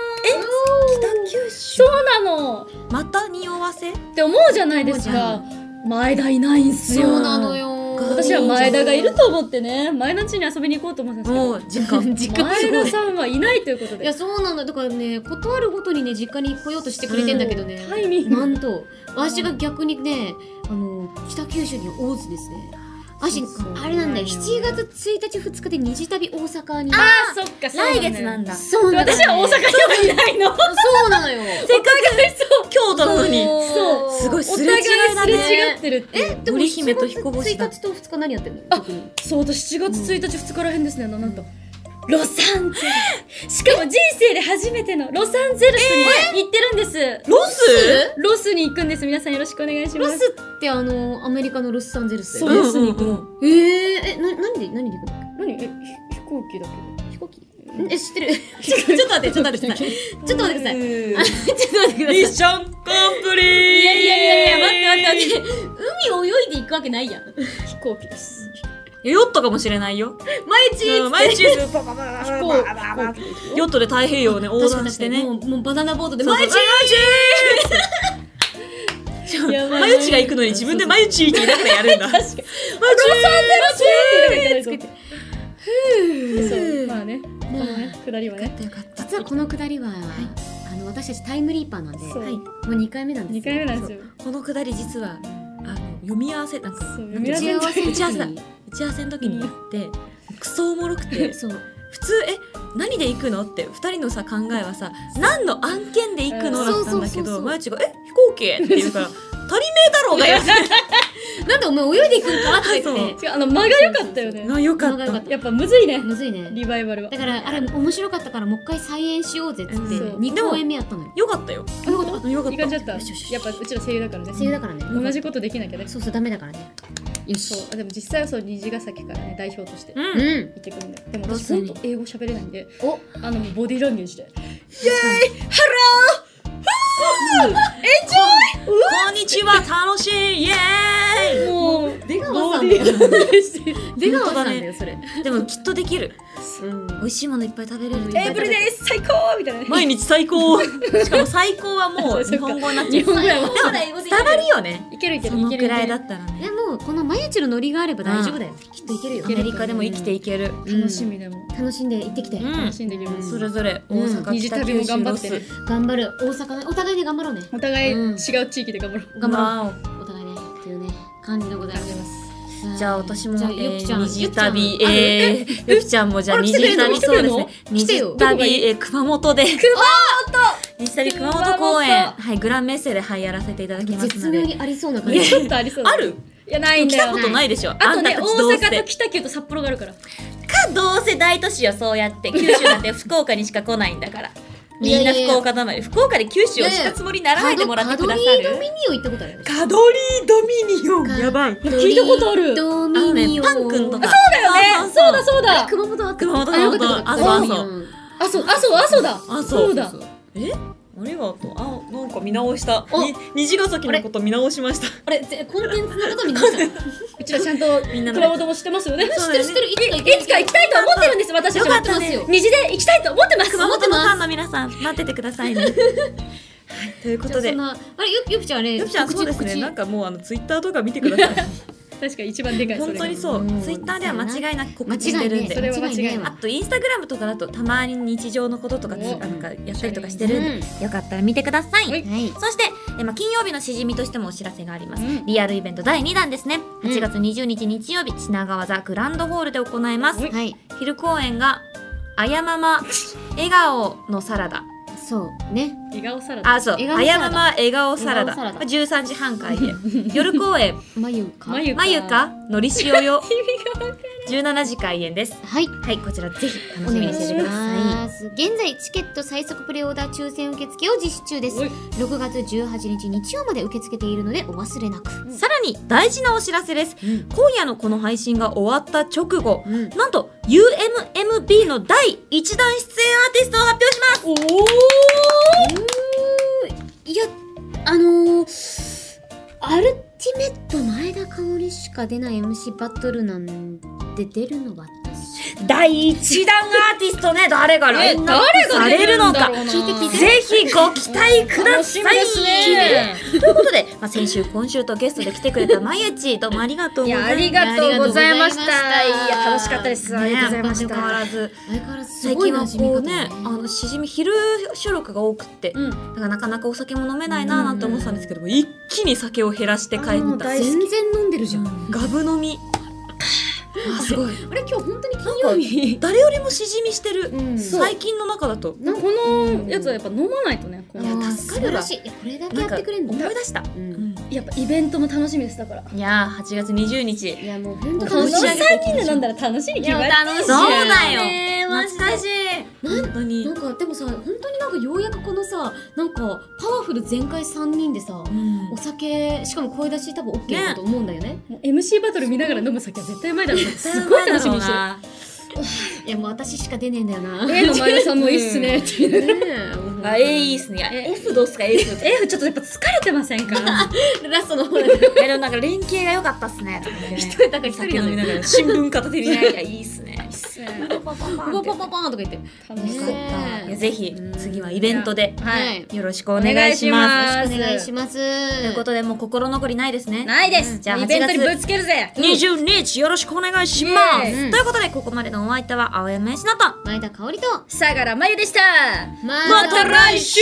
北九州
そうなの
また匂わせ
って思うじゃないですか前田いないんすよ
そうなのよ
私は前田がいると思ってね前田家に遊びに行こうと思ってたん
も
で
う 時間
すけど前田さんはいないということ
い
で
やそうなんだだからね断るごとにね実家に来ようとしてくれてんだけどね、
タイミング
なんと私が逆にねあの北九州には大津ですね私あれなんだよ7月1日2日で二次旅大阪に
あそっかそう
来月なんだ。
そうなのよ
私は大阪にはいないの
そうなのよ
せっかく京都なのに
そう
すごい
お
すれ違
互い
いだね
すれ違ってるっていう
えでも
織姫と彦星だ
1日と2日何やってんの特に
そう私7月1日2日らへんですねなんとロサンゼルスしかも人生で初めてのロサンゼルスに行ってるんです、
ロス
ロスに行くんです皆さんよろしくお願いしま
ロ
す
スってあのアメリカのロスサンゼルスだよ
そう
ね
ロスに行く
うん
え
うん
ー、えな何で何で行くの
何えひ飛行機だけど飛行機
え知ってるちょちょっと待ってちょっと待ってくださいちょっと待ってくださいちょっと待ってください
ミッションコンプリー
いやいやいやいや待って待って待って海泳いで行くわけないやん
飛行機です
ヨットかもしれないよ。
毎日
うん毎日パパパパ
飛
パ
行
パパ
飛行機
ヨットで太平洋をね横
確か
断
に
して
確かに
ね。
もうもうバナナボードで
そうそう
毎日
やばい
マユチが行くのに自分でマユチって言いながらやるんだ。マユチ
つけてそうまあねこのね下りはね
実はこのくだりは、あの私たちタイムリーパーなんで、
そう
はいもう二回目なんです
二
よ
回目なんです
よ
よ
このくだり実はあの読み合わせなんか
そう
なん
読み
か
合
打
わ
ち
せ
合わせの時に
打ち合わせだ打ち合わせの時にやって、クソおもろく て
そう
普通え何で行くのって二人のさ考えはさ何の案件で行くのだった
そうそう
んだけ
そうそ
ど
う
マユチがえ飛行機って言うから足りねえだろうがよ っ
なんでお前泳いでいくんかって言って
違うあの間が良かったよね
てなよかっ
よかったた
やっぱむずいね
むずいね
リバイバルは
だからあれ面白かったからもう一回再演しようぜっつって
うん
二公演目やったのよ
よかったよ
あよかった
よかっ
いい感じ
た
だった
よしよし
やっぱうちら声優だからね
声優だからね
同じことできなきゃね
そうそうダメだからねよし
そうあでも実際はそう虹ヶ崎からね代表として行
うんうん
ってくるんででも
ロ
私
スに
本当英語喋れないんで
お
あのもうボディーランゲージで
こんにちは楽しいイエー
もう
出川
ボ
さんだ
ディ
よ
ーランゲージで
出川さんだよそれ
イでもきっとできる
うん
美味しいものいっぱい食べれる
テーブルです最高みたいなね
毎日最高しかも最高はもう日本語になっちゃう
ぐらいは
でもね伝わるよね
いけるいけ
そ
るい
の
け
く
るい
ら
け
いだ
る
ったらね
でもこの毎日のノリがあれば大丈夫だよきっといけるよ
アメリカでも生きていける
うん
楽しみでも
楽しんで行ってきて
うん
楽しんできます
それぞれ大
うん
阪
二次
北
旅
九
も
州
頑張
ロ
ってね
ス
頑張る大阪お互いで頑張ろうね
お互い
うん
違う地域で頑張ろう
頑張ろう
わ
お互いねっていうね感じでご ざいます
おじゃあ私も
じゃあ
え
ゆきちゃ
ー
ん
二次
ゆき
旅
ちゃん
えーゆきちゃんもじゃあ
あ
二
来てくれ
次
んの
旅
来て
そ
く
う
れん
です
の
ね二
来てよ
次旅えー熊本で熊本二次旅熊本公演
熊
はいグランメッセではいやらせていただきます
絶
の
妙
で
にありそうな感じ
ち ょっとありそうだ
あ
ね
る
いやないん
来
だ
た
よ
ことないでしょ
あとね
んたたちどうせ
大阪と北九と札幌があるから
かどうせ大都市よそうやって九州なんて福岡にしか来ないんだからみんな福岡だまり福岡で九州を知ったつもりにならないでもらってくだ
カド
さ
リードミ
る
ニオン行ったことある
カドリードミニオ
カ
ばい
聞いたことある
ド
あの
ミニ
ね
オン
パンくんとか
そうだよねそうだそうだ
熊本あった
熊本
あよかったよかった
あそうあそう
うん
あそうあそうあそうだ
あ
そうだ
えありがとうあなんか見直した
お
に虹ヶ崎のこと見直しました
あれぜコンテンツのこと見 ました
うちらちゃんと
みんなの
熊本も知ってますよね
そうだ
知って
よ
る
ね
知ってるいつか行
いつか行きたいと思ってるんです私たち
よ
も
かったね
虹で行きたいと思ってます
熊本
って
の
ます
ファンの皆さん待っててくださいねはいということ
そ
で
んなあれよよぴちゃんあれ
よぴちゃんそうですね
告知
なんかもうあのツイッターとか見てください
確かに一番でかいそれ
本当に
う
そう
うん
ツイッターでは間違いなく告
告知
知して
間違
る
い
んで
ね
それは間違いない
あとインスタグラムとかだとたまに日常のこととかつ
お
なんかやったりとかしてるんで、よかったら見てください、
はい
はい
そして、えまあ、金曜日のしじみとしてもお知らせがあります、
うん
リアルイベント第2弾ですね
うん
8月20日日曜日品川座グランドホールで行います、
はい
はい
昼公演が「あやまま笑顔のサラダ
そうね
笑顔サラ」ダ
あそう「
笑顔
あ
サラダ
やまま笑顔サラダ」
笑顔サラダ
まあ13時半開演夜 公演
眉か
眉
「まゆかのりしお よ」17時開演です
はい
はいこちらぜひ
お
楽しみ
願
に
い
し
してます
てください
現在チケット最速プレオーダー抽選受付を実施中です
おい
6月18日日曜まで受け付けているのでお忘れなく、
さらに大事なお知らせです、
うん
今夜のこの配信が終わった直後
うん、
なんと UMMB の第1弾出演アーティストを発表します
おお
いやあのーアルティメット前田香織しか出ない MC バトルなんて出るの私
第1弾アーティストね誰がライ
え
ンナッ
誰
プさ
が
れ
出
る
る
の
のか
か
聞いて聞いて
ぜひご期待ください
楽しみですね
ということで、まあ、先週今週とゲストで来てくれたまゆちどうもありがとう
い
ござい
や
ます
ありがとうございました
ありがとうございました
いや楽しかったですありがとうございまし
ね相変わ
た
らず
相変わらずす
最
ごい
近
な
は
じみ
こ
方
うねあのしじみ昼収録が多くって、
うん
だからなかなかお酒も飲めないなーなんて思ってたんですけども、一気に酒を減らして帰
も
っ
う
た
全然飲んでるじゃん、
ガブ飲みあすごい
あれ今日本当に金曜日
誰よりもしじみしてる、
うん
そう
最近の中だと
このやつはやっぱ飲まないとねこ
い
の
や
助
助か
かる
る
わ
らしいいやこれだけやってくれる
思
の
い出した、
う
うんん
やっぱイベントも楽しみですだから
いやー8月20日
いやもう本当
この
楽
3
しい
上げていき
人
ましょう
で飲んだら楽しいに決まり
楽しい
そうだよ
ね懐かしい
本当に
なんかでもさ本当になんかようやくこのさなんかパワフル全開三人でさ
うん
お酒しかも声出し多分 OK だと思うんだよね
もう MC バトル見ながら飲む先は絶対うまいだろう なすごい楽しみにしてる
いやもう私しか 出ねえんだよな
A の前田さんもいいっすねっていう
ねえもう
あ A いいっすねいや F どうっすか F い
F ちょっとやっぱ疲れて ませんか
ラストの方 で
やでもなんか連携が良かったっすねとかね
だから一
酒
人な
飲
のに
みながら新聞片手にいやいやいいっすね
パパパパパンとか言って
楽しそう
ねえ
ぜひ
うん
次はイベントで
はい
よろしくお願いします
お願いします
ということでもう心残りないですね
ないです
じゃあ
イベントに
8
ぶつけるぜ
20日よろしくお願いしま
イ
ー
エ
す
イ
ということでここまでのお相手は青山しなと
前田香織と
相良真由でした
ま
また来週